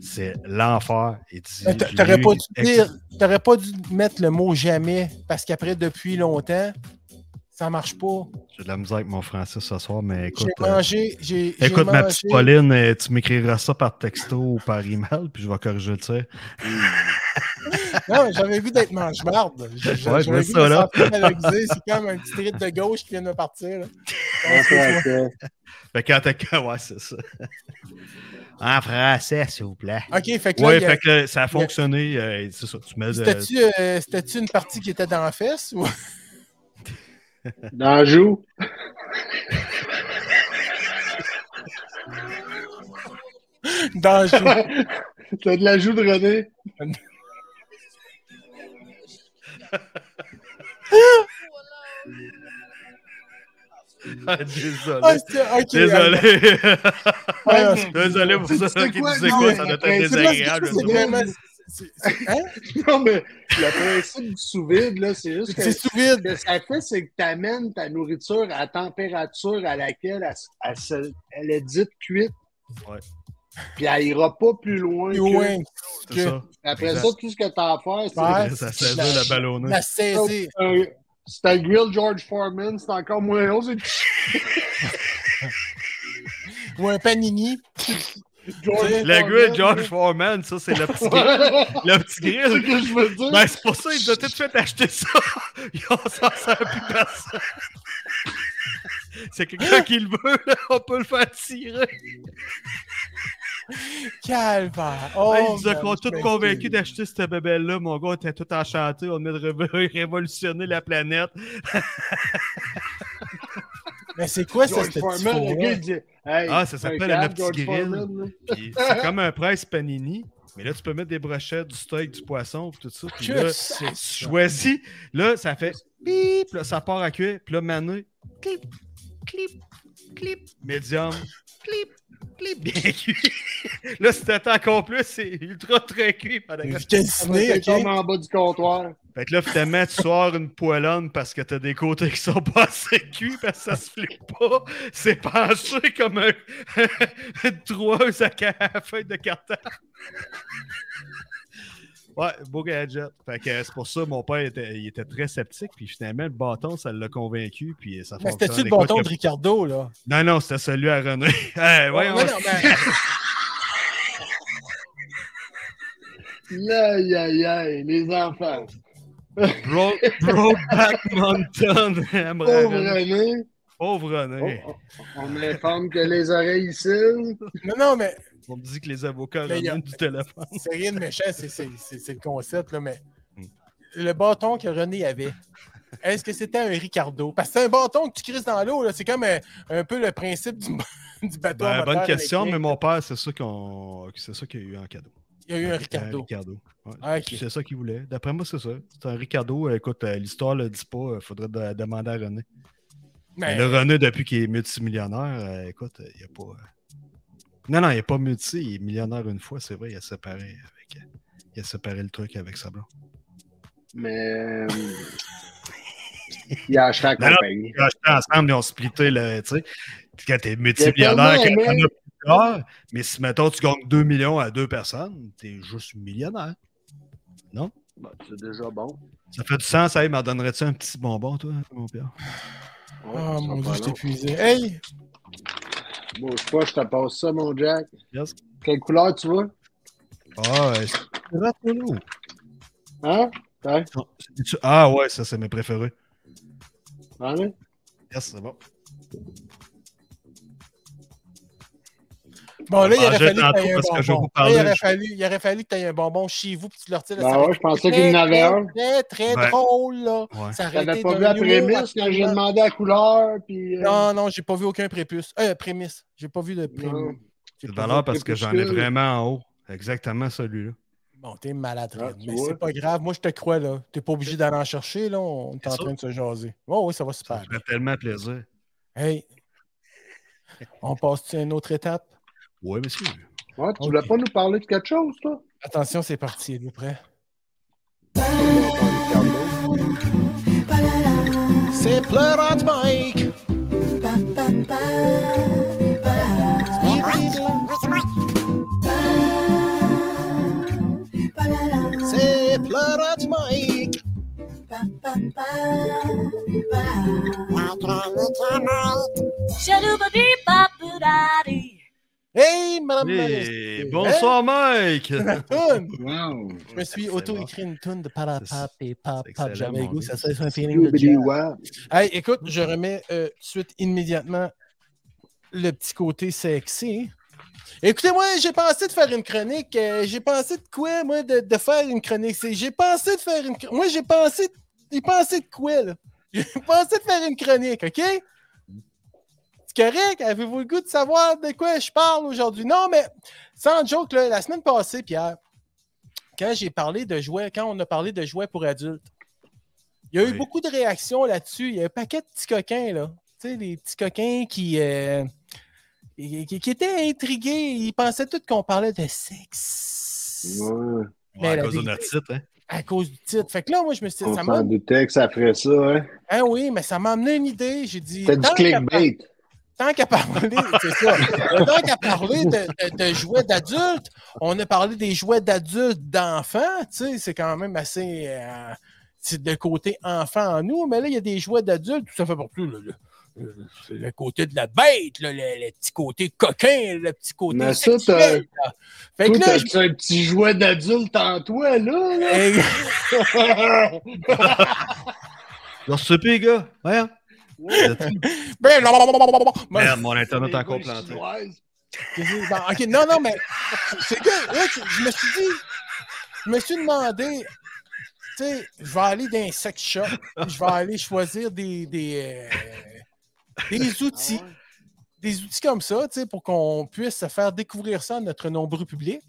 Speaker 4: c'est l'enfer. Il dit,
Speaker 2: Mais Euh, Ben, t'a-
Speaker 4: je
Speaker 2: T'aurais
Speaker 4: l'ai
Speaker 2: pas
Speaker 4: eu
Speaker 2: dû dire, t'aurais pas dû mettre le mot jamais, parce qu'après, depuis longtemps, ça marche pas.
Speaker 4: J'ai de la misère avec mon français ce soir, mais
Speaker 2: J'ai
Speaker 4: écoute. euh,
Speaker 2: mangé, j'ai. j'ai
Speaker 4: Écoute, ma
Speaker 2: mangé-
Speaker 4: petite Pauline, euh, tu m'écriras ça par texto ou par email, puis je vais corriger le tir.
Speaker 2: Non, mais j'avais vu d'être mange-marde. J'ai- j'ai-
Speaker 4: Ouais,
Speaker 2: J'avais
Speaker 4: mais
Speaker 2: vu
Speaker 4: ça,
Speaker 2: de
Speaker 4: là.
Speaker 2: s'entendre C'est comme un petit rite de gauche qui vient de me partir, là. Ouais, excuse-moi.
Speaker 4: Fait qu'en tant que. Ouais, c'est ça. en français, s'il vous plaît.
Speaker 2: OK, fait que là,
Speaker 4: Oui,
Speaker 2: il y a-
Speaker 4: fait que là, ça a fonctionné. euh, c'est ça, tu mets de-
Speaker 2: c'était-tu euh, c'était-tu une partie qui était dans la fesse? Ou...
Speaker 3: Dans le jour.
Speaker 2: dans le jeu?
Speaker 3: T'as de la joue de René.
Speaker 4: Ah, désolé.
Speaker 2: Ah, c'est- OK,
Speaker 4: désolé.
Speaker 2: ah, ah,
Speaker 4: désolé pour
Speaker 3: C'est-
Speaker 4: ça
Speaker 3: c'est
Speaker 4: qui
Speaker 3: quoi?
Speaker 4: disait
Speaker 3: Non,
Speaker 4: quoi,
Speaker 3: mais-
Speaker 4: ça doit être
Speaker 3: mais c'est parce que
Speaker 4: désagréable.
Speaker 2: c'est
Speaker 4: je sais pas.
Speaker 2: vraiment- c'est- c'est- hein?
Speaker 3: Non, mais le principe du sous-vide, là, c'est juste que
Speaker 2: C'est sous vide.
Speaker 3: ce que ça fait, c'est que tu amènes ta nourriture à la température à laquelle elle, s- elle se- elle est dite cuite.
Speaker 4: Ouais.
Speaker 3: Puis elle ira pas plus loin.
Speaker 2: Oui,
Speaker 3: que-
Speaker 2: oui,
Speaker 4: C'est
Speaker 2: que-
Speaker 4: ça.
Speaker 3: Après
Speaker 4: Exact.
Speaker 3: ça, tout ce que tu as à faire, c'est
Speaker 2: Ouais.
Speaker 4: Ça s'est la ballonnée.
Speaker 2: La saisir.
Speaker 3: Euh, C'est un grill George Foreman, c'est encore moins haut. c'est-
Speaker 2: Ou un panini.
Speaker 4: Le gars, George Foreman, ça, c'est le petit grill. Le petit
Speaker 3: C'est ce
Speaker 4: grill.
Speaker 3: que je veux dire.
Speaker 4: Ben, c'est pour ça qu'il a tout de suite acheté ça. Ils ont s'en sert plus personne. C'est quelqu'un qui le veut, là, on peut le faire tirer.
Speaker 2: Calvaire.
Speaker 4: Ben,
Speaker 2: Oh,
Speaker 4: ils nous ont
Speaker 2: man,
Speaker 4: tous
Speaker 2: je m'excuse.
Speaker 4: convaincus d'acheter cette bébelle-là. Mon gars, on était tout enchanté. On venait de ré- révolutionner la planète.
Speaker 2: Mais c'est quoi ça,
Speaker 3: George
Speaker 2: ce petit
Speaker 3: Foreman, le gars, il
Speaker 2: four-là?
Speaker 3: dit, hey,
Speaker 4: Ah, ça
Speaker 3: c'est un
Speaker 4: s'appelle
Speaker 3: câble,
Speaker 4: le petit
Speaker 3: George
Speaker 4: grill.
Speaker 3: Foreman, là.
Speaker 4: Puis C'est comme un presse panini. Mais là, tu peux mettre des brochettes, du steak, du poisson, puis tout ça. Puis là,
Speaker 2: Que c'est ça?
Speaker 4: choisis. Là, ça fait bip, là, ça part à cuire. Puis là, Mané, clip, clip, clip, médium, clip, clip, bien cuit. là, si t'attends encore plus, c'est ultra très cuit. pendant que-
Speaker 2: Quel
Speaker 3: Après,
Speaker 2: ciné,
Speaker 3: c'est
Speaker 2: ok?
Speaker 3: comme en bas du comptoir.
Speaker 4: Fait que là, finalement, tu sors une poêlonne parce que t'as des côtés qui sont pas assez cuits parce que ça se flippe pas. C'est penché comme un... une troueuse à, ca- à feuille de carton. Ouais, beau gadget. Fait que euh, c'est pour ça mon père était, il était très sceptique. Puis finalement, le bâton, ça l'a convaincu. Puis ça
Speaker 2: Mais
Speaker 4: fonctionne.
Speaker 2: c'était-tu le
Speaker 4: Écoute,
Speaker 2: bâton
Speaker 4: il a-
Speaker 2: de Ricardo, là?
Speaker 4: Non, non, c'était celui à René. Eh, ouais,
Speaker 2: Non,
Speaker 4: on-
Speaker 2: non, mais-
Speaker 3: Aïe, aïe, aïe, les enfants.
Speaker 4: Bro, Brokeback Mountain. Elle me
Speaker 3: Pauvre
Speaker 4: ramène.
Speaker 3: René.
Speaker 4: Pauvre
Speaker 3: Oh,
Speaker 4: René.
Speaker 3: oh, on informe que les oreilles ici.
Speaker 2: Non, non, mais
Speaker 4: On me dit que les avocats
Speaker 2: Mais il y a-
Speaker 4: reviennent du téléphone.
Speaker 2: c'est rien de méchant, c'est- c'est c'est- c'est le concept, là, mais
Speaker 4: Mm.
Speaker 2: le bâton que René avait, est-ce que c'était un Ricardo? Parce que c'est un bâton que tu crises dans l'eau, là. C'est comme euh, un, peu le principe du, du bateau.
Speaker 4: Ben,
Speaker 2: à
Speaker 4: bonne
Speaker 2: moteur
Speaker 4: question, mais
Speaker 2: électrique.
Speaker 4: mon père, c'est ça qu'on... c'est ça qu'il a eu en cadeau.
Speaker 2: Il y a
Speaker 4: Ah,
Speaker 2: eu un Ricardo.
Speaker 4: Ouais,
Speaker 2: Ah, ok.
Speaker 4: C'est ça qu'il voulait. D'après moi, c'est ça. C'est un Ricardo. Euh, Écoute, euh, l'histoire le dit pas. Il faudrait de- demander à René.
Speaker 2: Mais-
Speaker 4: Mais le René, depuis qu'il est multimillionnaire, euh, écoute, euh, il n'y a pas. euh, Non, non, il n'est pas multi. Il est millionnaire une fois, c'est vrai. Il a séparé avec. euh, Il a séparé le truc avec sa blonde.
Speaker 3: Mais. euh, Il a acheté la
Speaker 4: Non, non.
Speaker 3: compagnie.
Speaker 4: Ils ont acheté ensemble, ils ont splitté le. Tu sais, Puis quand t'es multimillionnaire,
Speaker 3: Il y
Speaker 4: quand
Speaker 3: a tellement,
Speaker 4: t'en as plusieurs, mais si mettons tu gagnes 2 millions à deux personnes, t'es juste millionnaire.
Speaker 3: Bon, c'est déjà bon.
Speaker 4: Ça fait du sens, hey, m'en donnerais-tu un petit bonbon, toi, mon Pierre?
Speaker 3: Ouais,
Speaker 2: Oh
Speaker 3: ça
Speaker 2: mon
Speaker 3: sera
Speaker 2: dieu,
Speaker 3: pas
Speaker 2: je t'ai
Speaker 3: long.
Speaker 2: épuisé. Hey!
Speaker 3: Bouge pas, je te passe ça, mon Jack.
Speaker 4: Yes.
Speaker 3: Quelle couleur tu veux?
Speaker 4: Ah, euh, c'est vrai, toi, là, ou-
Speaker 3: Hein?
Speaker 4: C'est-tu- Ah ouais, ça, c'est mes préférés.
Speaker 3: Hein?
Speaker 4: Yes, c'est bon.
Speaker 2: Bon, là, il
Speaker 4: Mangez
Speaker 2: aurait fallu que
Speaker 4: tantôt
Speaker 2: tu aies un
Speaker 4: parce que je vais
Speaker 2: bonbon.
Speaker 4: vous parler,
Speaker 2: Là, il, aurait
Speaker 4: je-
Speaker 2: fallu, il aurait fallu que tu aies un bonbon chez vous puis tu leur tires
Speaker 3: Ben ouais, je pensais qu'il y en avait un.
Speaker 2: Très, très
Speaker 4: Ben.
Speaker 2: drôle, là.
Speaker 4: Ouais.
Speaker 2: Ça aurait
Speaker 3: T'avais
Speaker 2: été
Speaker 3: pas
Speaker 2: d'un
Speaker 3: vu la
Speaker 2: humour
Speaker 3: prémisse quand j'ai
Speaker 2: absolument-
Speaker 3: demandé la couleur, puis. euh,
Speaker 2: Non, non, j'ai pas vu aucun prépuce. Euh, prémisse. J'ai pas vu de
Speaker 3: Non.
Speaker 2: prémisse. J'ai
Speaker 4: C'est de
Speaker 2: pas
Speaker 4: valeur
Speaker 2: vu-
Speaker 4: parce que j'en ai vraiment en haut. Exactement celui-là.
Speaker 2: Bon, t'es malade,
Speaker 3: Ah,
Speaker 2: Red,
Speaker 3: tu
Speaker 2: mais
Speaker 3: vois.
Speaker 2: c'est pas grave. Moi, je te crois, là. T'es pas obligé d'aller en chercher, là. On est
Speaker 4: C'est
Speaker 2: en
Speaker 4: ça.
Speaker 2: train de se jaser. Oh, oui, ça va
Speaker 4: Ça
Speaker 2: super.
Speaker 4: me fait tellement plaisir.
Speaker 2: Hey! On passe-tu à une autre étape?
Speaker 4: Oui, monsieur.
Speaker 3: Ouais, tu voulais
Speaker 2: Ok.
Speaker 3: pas nous parler de quelque chose, toi?
Speaker 2: Attention, c'est parti. Êtes-vous prêts? C'est Pleurant Mike! C'est Pleurant Mike!
Speaker 6: Shadoobadee-ba-boodadee.
Speaker 2: Hey, madame!
Speaker 4: Hey,
Speaker 2: Majesté.
Speaker 4: bonsoir, Mike!
Speaker 2: Hein, toune?
Speaker 3: Wow!
Speaker 2: Je me suis auto-écrit une toune de parapap et pap
Speaker 4: c'est
Speaker 2: pap.
Speaker 4: excellent,
Speaker 2: J'avais le
Speaker 4: mon
Speaker 2: goût, ça
Speaker 4: gars.
Speaker 2: serait un feeling de jazz.
Speaker 3: Scooby-Doo,
Speaker 2: Hey, écoute, je
Speaker 4: Mm.
Speaker 2: remets euh, tout de suite immédiatement le petit côté sexy. Écoutez-moi, j'ai pensé de faire une chronique. euh, j'ai pensé de quoi, moi, de, de faire une chronique? C'est- J'ai pensé de faire une chronique. Moi, j'ai pensé. J'ai pensé de quoi, là? J'ai pensé de faire une chronique, OK? C'est correct? Avez-vous le goût de savoir de quoi je parle aujourd'hui? Non, mais sans joke, là, la semaine passée, Pierre, quand j'ai parlé de jouets, quand on a parlé de jouets pour adultes, il y a eu
Speaker 4: Oui.
Speaker 2: beaucoup de réactions là-dessus. Il y a un paquet de petits coquins, là. Tu sais, des petits coquins qui, euh, qui, qui- qui étaient intrigués. Ils pensaient tous qu'on parlait de sexe
Speaker 3: Ouais.
Speaker 4: Ouais, à
Speaker 2: la
Speaker 4: cause de
Speaker 2: vérité-
Speaker 4: notre site, hein?
Speaker 2: à cause du titre. Fait que là, moi, je me suis dit,
Speaker 3: On
Speaker 2: ça m'a
Speaker 3: s'en doutait que ça ferait ça, hein?
Speaker 2: Ah oui, mais ça m'a amené une idée. J'ai dit.
Speaker 3: C'était du
Speaker 2: tant qu'à par-
Speaker 3: clickbait.
Speaker 2: Tant qu'à parler, c'est ça. Euh, Tant qu'à parler de, de- de jouets d'adultes, on a parlé des jouets d'adultes d'enfants. Tu sais, c'est quand même assez. euh, c'est de côté enfant en nous, mais là, il y a des jouets d'adultes, tout ça fait partie. là, là, euh, c'est le côté de la bête, là, le, le petit côté coquin, le petit côté
Speaker 3: Mais ça,
Speaker 2: sexuel. là. Fait
Speaker 3: Toi,
Speaker 2: que là,
Speaker 3: t'as un petit jouet d'adulte en toi, là? là?
Speaker 2: je-
Speaker 4: Leur souper, gars. Ouais. hein?
Speaker 2: Merde.
Speaker 4: Merde, mon internet
Speaker 3: Les
Speaker 4: est encore
Speaker 3: boules
Speaker 4: planté.
Speaker 3: chinoises.
Speaker 2: Qu'est-ce que- bon, ok, non, non, mais c'est que là, tu- je me suis dit, je me suis demandé, tu sais, je vais aller dans un sex shop, je vais aller choisir des, des, euh, des outils,
Speaker 3: Ah ouais.
Speaker 2: des outils comme ça, tu sais, pour qu'on puisse se faire découvrir ça à notre nombreux public.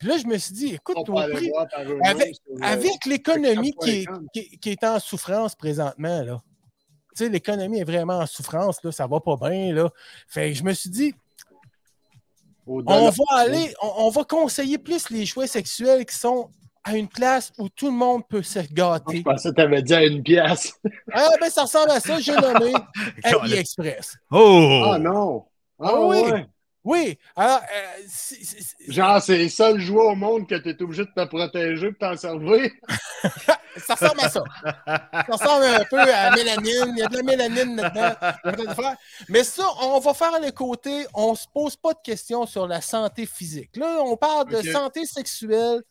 Speaker 2: Puis là, je me suis dit, écoute,
Speaker 3: On peut
Speaker 2: au
Speaker 3: aller
Speaker 2: prix,
Speaker 3: voir par eux-mêmes
Speaker 2: Avec-
Speaker 3: sur euh, le-
Speaker 2: avec l'économie qui, est-
Speaker 3: Sex.com.
Speaker 2: qui, est- qui est en souffrance présentement, là. Tu sais, l'économie est vraiment en souffrance, là, ça va pas bien, là. Fait que je me suis dit,
Speaker 3: au dollar.
Speaker 2: on va aller, on, on va conseiller plus les jouets sexuels qui sont à une place où tout le monde peut se
Speaker 3: Je
Speaker 2: gâter.
Speaker 3: pensais que t'avais dit à une pièce.
Speaker 2: Ah ben ça ressemble à ça, j'ai nommé AliExpress.
Speaker 4: Oh!
Speaker 3: Ah non! Ah,
Speaker 2: Ah oui.
Speaker 3: ouais.
Speaker 2: Oui, alors euh, c'est- c'est- c'est-
Speaker 3: Genre, c'est le seul jouet au monde que t'es obligé de te protéger pour t'en servir.
Speaker 2: ça ressemble à ça. Ça ressemble un peu à la mélanine. Il y a de la mélanine là-dedans. Il y a plein d'affaires. Mais ça, on va faire le côté, on se pose pas de questions sur la santé physique. Là, on parle de
Speaker 3: Ok.
Speaker 2: santé sexuelle.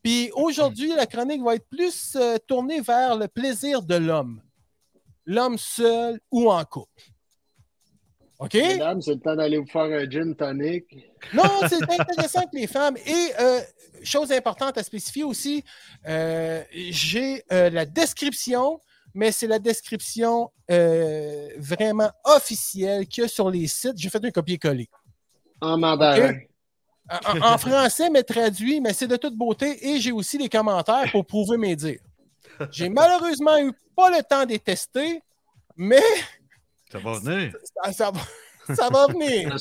Speaker 2: Puis aujourd'hui, la chronique va être plus euh, tournée vers le plaisir de l'homme. L'homme seul ou en couple. OK?
Speaker 3: Mesdames, c'est le temps d'aller vous faire un gin tonic.
Speaker 2: Non, c'est intéressant que les femmes. Et euh, chose importante à spécifier aussi, euh, j'ai euh, la description, mais c'est la description euh, vraiment officielle qu'il y a sur les sites. J'ai fait un copier-coller.
Speaker 3: En mandarin.
Speaker 2: En, en- en français, mais traduit, mais c'est de toute beauté. Et j'ai aussi les commentaires pour prouver mes dires. J'ai malheureusement eu pas le temps de les tester, mais
Speaker 4: Ça va venir.
Speaker 2: ça- ça va- ça va venir.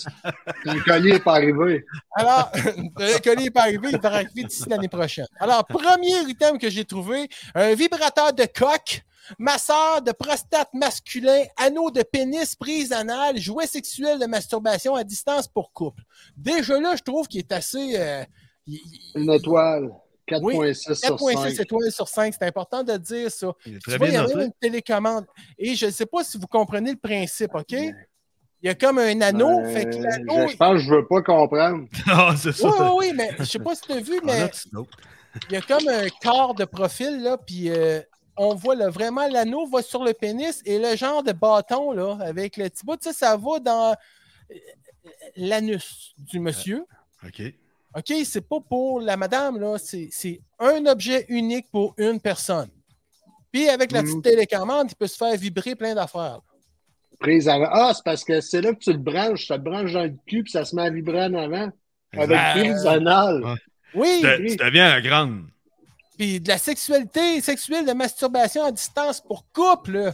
Speaker 3: Le collier n'est pas arrivé.
Speaker 2: Alors, euh, le colis n'est pas arrivé, il va arriver d'ici l'année prochaine. Alors, premier item que j'ai trouvé, un vibrateur de coque, masseur de prostate masculin, anneau de pénis, prise anale, jouet sexuel de masturbation à distance pour couple. Déjà là, je trouve qu'il est assez... euh, il- il-
Speaker 3: Une étoile. 4.6 sur 5.
Speaker 2: 4.6 étoiles sur 5, c'est important de dire ça.
Speaker 4: Il est
Speaker 2: Tu
Speaker 4: très
Speaker 2: vois, il y a
Speaker 4: bien
Speaker 2: même
Speaker 4: noté.
Speaker 2: une télécommande. Et je ne sais pas si vous comprenez le principe, OK? Il y a comme un anneau,
Speaker 3: Euh,
Speaker 2: fait que l'anneau...
Speaker 3: je, je pense que je veux pas comprendre.
Speaker 4: Ah, c'est ça. Ah,
Speaker 2: Oui, oui, oui, mais je sais pas si tu as vu,
Speaker 4: On a
Speaker 2: mais
Speaker 4: petit note.
Speaker 2: Il y a comme un corps de profil, là, puis euh, on voit là, vraiment l'anneau va sur le pénis et le genre de bâton, là, avec le petit bout, ça, ça va dans euh, l'anus du monsieur.
Speaker 4: OK.
Speaker 2: OK, c'est pas pour la madame, là, c'est c'est un objet unique pour une personne. Puis avec la petite
Speaker 3: Mm.
Speaker 2: télécommande, il peut se faire vibrer plein d'affaires.
Speaker 3: Prise avant. Ah, c'est parce que c'est là que tu le branches. Ça te branche dans le cul puis ça se met à vibrer en avant. Avec
Speaker 4: Exact.
Speaker 3: prise anale.
Speaker 4: Ah.
Speaker 2: Oui,
Speaker 4: Tu de- tu deviens un grand.
Speaker 2: puis de la sexualité, sexuelle de masturbation à distance pour couple.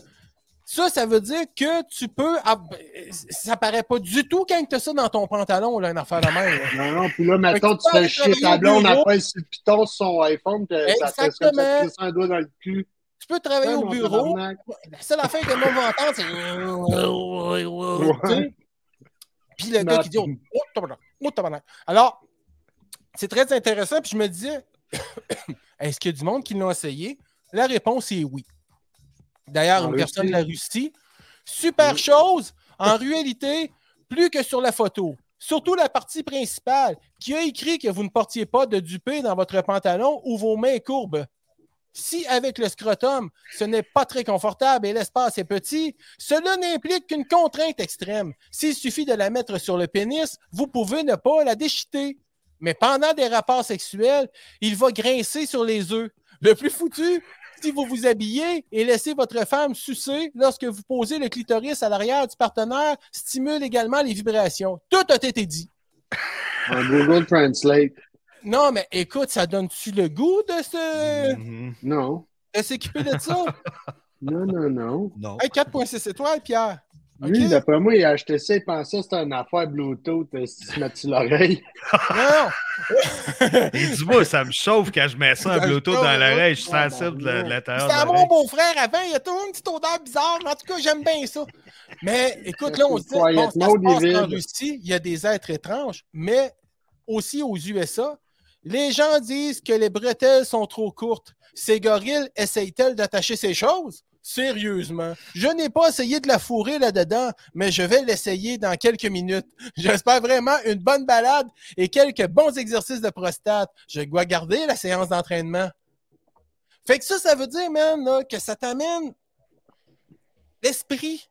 Speaker 2: Ça, ça veut dire que tu peux. ah, ben, Ça paraît pas du tout quand tu as ça dans ton pantalon, là, une affaire de même. là.
Speaker 3: Non, non, puis là,
Speaker 2: Fait
Speaker 3: maintenant,
Speaker 2: que
Speaker 3: tu
Speaker 2: tu
Speaker 3: fais
Speaker 2: peux
Speaker 3: chier
Speaker 2: aller
Speaker 3: ta
Speaker 2: travailler au
Speaker 3: blonde,
Speaker 2: bureau.
Speaker 3: après, sur le piton sur son iPhone, puis ça te laisse comme
Speaker 2: Exactement.
Speaker 3: ça, tu te un doigt dans le cul.
Speaker 2: Tu peux travailler
Speaker 3: Ouais,
Speaker 2: au
Speaker 3: mon
Speaker 2: bureau.
Speaker 3: tabarnak.
Speaker 2: La seule affaire que moi va entendre, c'est.
Speaker 3: Ouais.
Speaker 2: Puis le gars qui dit. Oh, oh, tabarnak, oh, tabarnak. Alors, c'est très intéressant. Puis je me disais, est-ce qu'il y a du monde qui l'ont essayé? La réponse est oui. D'ailleurs,
Speaker 3: En
Speaker 2: une
Speaker 3: Russie.
Speaker 2: personne de la Russie, super chose, en réalité, plus que sur la photo. Surtout la partie principale qui a écrit que vous ne portiez pas de dupé dans votre pantalon ou vos mains courbes. Si avec le scrotum, ce n'est pas très confortable et l'espace est petit, cela n'implique qu'une contrainte extrême. S'il suffit de la mettre sur le pénis, vous pouvez ne pas la déchiqueter. Mais pendant des rapports sexuels, il va grincer sur les œufs. Le plus foutu, si vous vous habillez et laissez votre femme sucer lorsque vous posez le clitoris à l'arrière du partenaire, stimule également les vibrations. Tout a été dit.
Speaker 3: Un Google Translate.
Speaker 2: Non, mais écoute, ça donne-tu le goût de se-
Speaker 4: Mhm.
Speaker 3: Non.
Speaker 2: de s'équiper de ça?
Speaker 3: Non, non, non.
Speaker 4: Non.
Speaker 2: Hey, 4.6 étoiles, Pierre. OK?
Speaker 3: Lui, d'après moi, il a acheté ça, il pensait que c'était une affaire Bluetooth, euh, si tu mets sur l'oreille.
Speaker 2: Non!
Speaker 4: Et dis-moi, ça me chauffe quand je mets ça Ah,
Speaker 2: Ça
Speaker 4: à
Speaker 2: me
Speaker 4: Bluetooth
Speaker 2: chauffe,
Speaker 4: dans
Speaker 2: hein?
Speaker 4: l'oreille. Je suis sensible de la- de l'intérieur de
Speaker 2: C'était à mon
Speaker 4: l'oreille.
Speaker 2: beau-frère avant, il y a toujours une petite odeur bizarre, mais en tout cas, j'aime bien ça. Mais écoute, là, on se dit,
Speaker 3: Quiet
Speaker 2: bon, ça se
Speaker 3: mode,
Speaker 2: passe
Speaker 3: il est
Speaker 2: en
Speaker 3: vide.
Speaker 2: Russie, il y a des êtres étranges, mais aussi aux USA, les gens disent que les bretelles sont trop courtes. Ces gorilles essayent-elles d'attacher ces choses? Sérieusement, je n'ai pas essayé de la fourrer là-dedans, mais je vais l'essayer dans quelques minutes. J'espère vraiment une bonne balade et quelques bons exercices de prostate. Je dois garder la séance d'entraînement. Fait que ça, ça veut dire, man, là, que ça t'amène l'esprit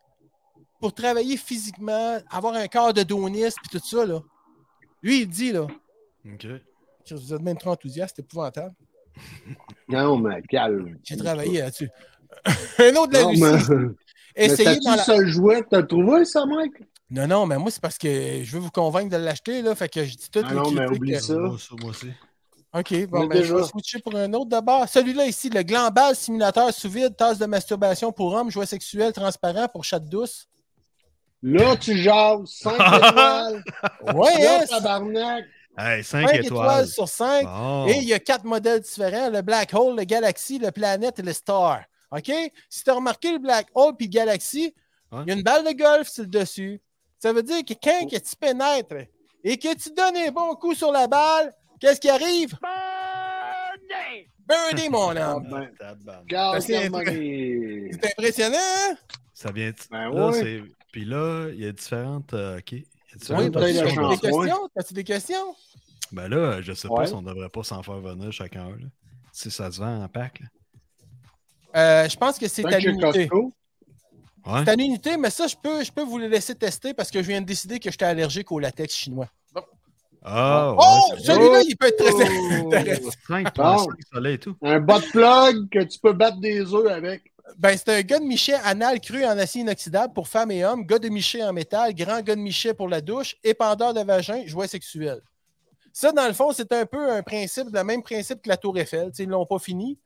Speaker 2: pour travailler physiquement, avoir un corps de donis puis tout ça, là. Lui, il dit, là,
Speaker 4: OK.
Speaker 2: Chris, vous êtes même trop enthousiaste, c'est épouvantable.
Speaker 3: Non, mais calme.
Speaker 2: J'ai travaillé là-dessus. un autre de la
Speaker 3: Non, mais,
Speaker 2: Russie. Essayez
Speaker 3: mais
Speaker 2: dans
Speaker 3: le
Speaker 2: la...
Speaker 3: seul jouet que t'as trouvé, ça, Mike?
Speaker 2: Non, non, mais moi, c'est parce que je veux vous convaincre de l'acheter, là. Fait que je dis tout
Speaker 3: Ah non, mais oublie ça.
Speaker 4: Moi aussi, moi aussi.
Speaker 2: OK, bon,
Speaker 3: Mais
Speaker 2: ben, je
Speaker 3: déjà.
Speaker 2: vais switcher pour un autre d'abord. Celui-là ici, le gland base, simulateur sous vide, tasse de masturbation pour hommes, jouet sexuel transparent pour chatte douce.
Speaker 3: Là, tu jases 5 étoiles.
Speaker 2: Ouais, hein,
Speaker 3: Là, tabarnak.
Speaker 4: Hey,
Speaker 2: 5
Speaker 4: 5 étoiles.
Speaker 2: étoiles. sur 5.
Speaker 4: Bon.
Speaker 2: Et il y a quatre modèles différents le Black Hole, le Galaxy, le Planète et le Star. OK? Si tu as remarqué le Black Hole puis le Galaxy, il
Speaker 4: Ouais.
Speaker 2: y a une balle de golf sur le dessus. Ça veut dire que quand que tu pénètres et que tu donnes un bon coup sur la balle, qu'est-ce qui arrive? Birdie, mon
Speaker 3: Ah,
Speaker 2: homme!
Speaker 3: ben,
Speaker 4: Tabarnak.
Speaker 3: garde,
Speaker 2: Ça, c'est-
Speaker 3: garde, Mike.
Speaker 2: C'est impressionnant, hein?
Speaker 4: Ça vient. de-
Speaker 3: Ben
Speaker 4: là,
Speaker 3: ouais.
Speaker 4: c'est- Puis là, il y a différentes. euh, OK. Il y a
Speaker 2: Oui,
Speaker 4: différentes
Speaker 3: t'as eu
Speaker 2: parce
Speaker 3: la
Speaker 2: que
Speaker 4: options.
Speaker 2: t'as des
Speaker 3: chance, ouais.
Speaker 2: questions? T'as-tu des questions?
Speaker 4: Ben là, je sais
Speaker 3: Ouais.
Speaker 4: pas si on devrait pas s'en faire venir chacun. un, Là. Si ça se vend en pack. Là.
Speaker 2: Euh, je pense que c'est à
Speaker 3: Tant que
Speaker 2: l'unité.
Speaker 3: Costco.
Speaker 4: Ouais.
Speaker 2: C'est à l'unité, mais ça, je peux, je peux vous le laisser tester parce que je viens de décider que j'étais allergique au latex chinois.
Speaker 4: Ah,
Speaker 2: Oh,
Speaker 4: ouais, c'est
Speaker 2: celui-là, il peut être très
Speaker 3: Oh.
Speaker 4: Cinq,
Speaker 3: Bon.
Speaker 4: cinq soleils et tout.
Speaker 3: Un bas de plug que tu peux battre des œufs avec.
Speaker 2: Ben, c'est un gars de michet anal cru en acier inoxydable pour femmes et hommes, gars de michet en métal, grand gars de michet pour la douche, épandeur de vagin, jouet sexuel. Ça, dans le fond, c'est un peu un principe, le même principe que la Tour Eiffel. tu sais, ils l'ont pas fini.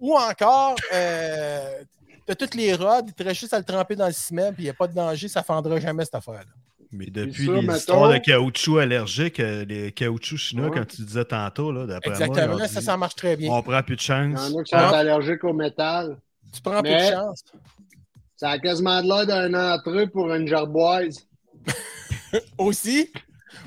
Speaker 2: Ou encore, euh, t'as toutes les rods, il te reste juste à le tremper dans le ciment, puis il n'y a pas de danger, ça fendra jamais cette affaire-là.
Speaker 4: Mais depuis
Speaker 3: ça,
Speaker 4: les
Speaker 3: mettons-
Speaker 4: histoires de caoutchouc allergique, euh, les caoutchoucs chinois,
Speaker 3: Ouais.
Speaker 4: comme tu disais tantôt, là, d'après moi,
Speaker 2: Exactement,
Speaker 4: ils ont
Speaker 2: ça,
Speaker 4: dit,
Speaker 2: ça marche très bien.
Speaker 4: on prend plus de
Speaker 3: Il y
Speaker 4: chance.
Speaker 3: en a qui sont
Speaker 2: Ah.
Speaker 3: allergiques au métal.
Speaker 2: Tu prends plus
Speaker 3: Mais-
Speaker 2: de chance.
Speaker 3: Ça a quasiment de l'air d'un entrée pour une gerboise.
Speaker 2: Aussi,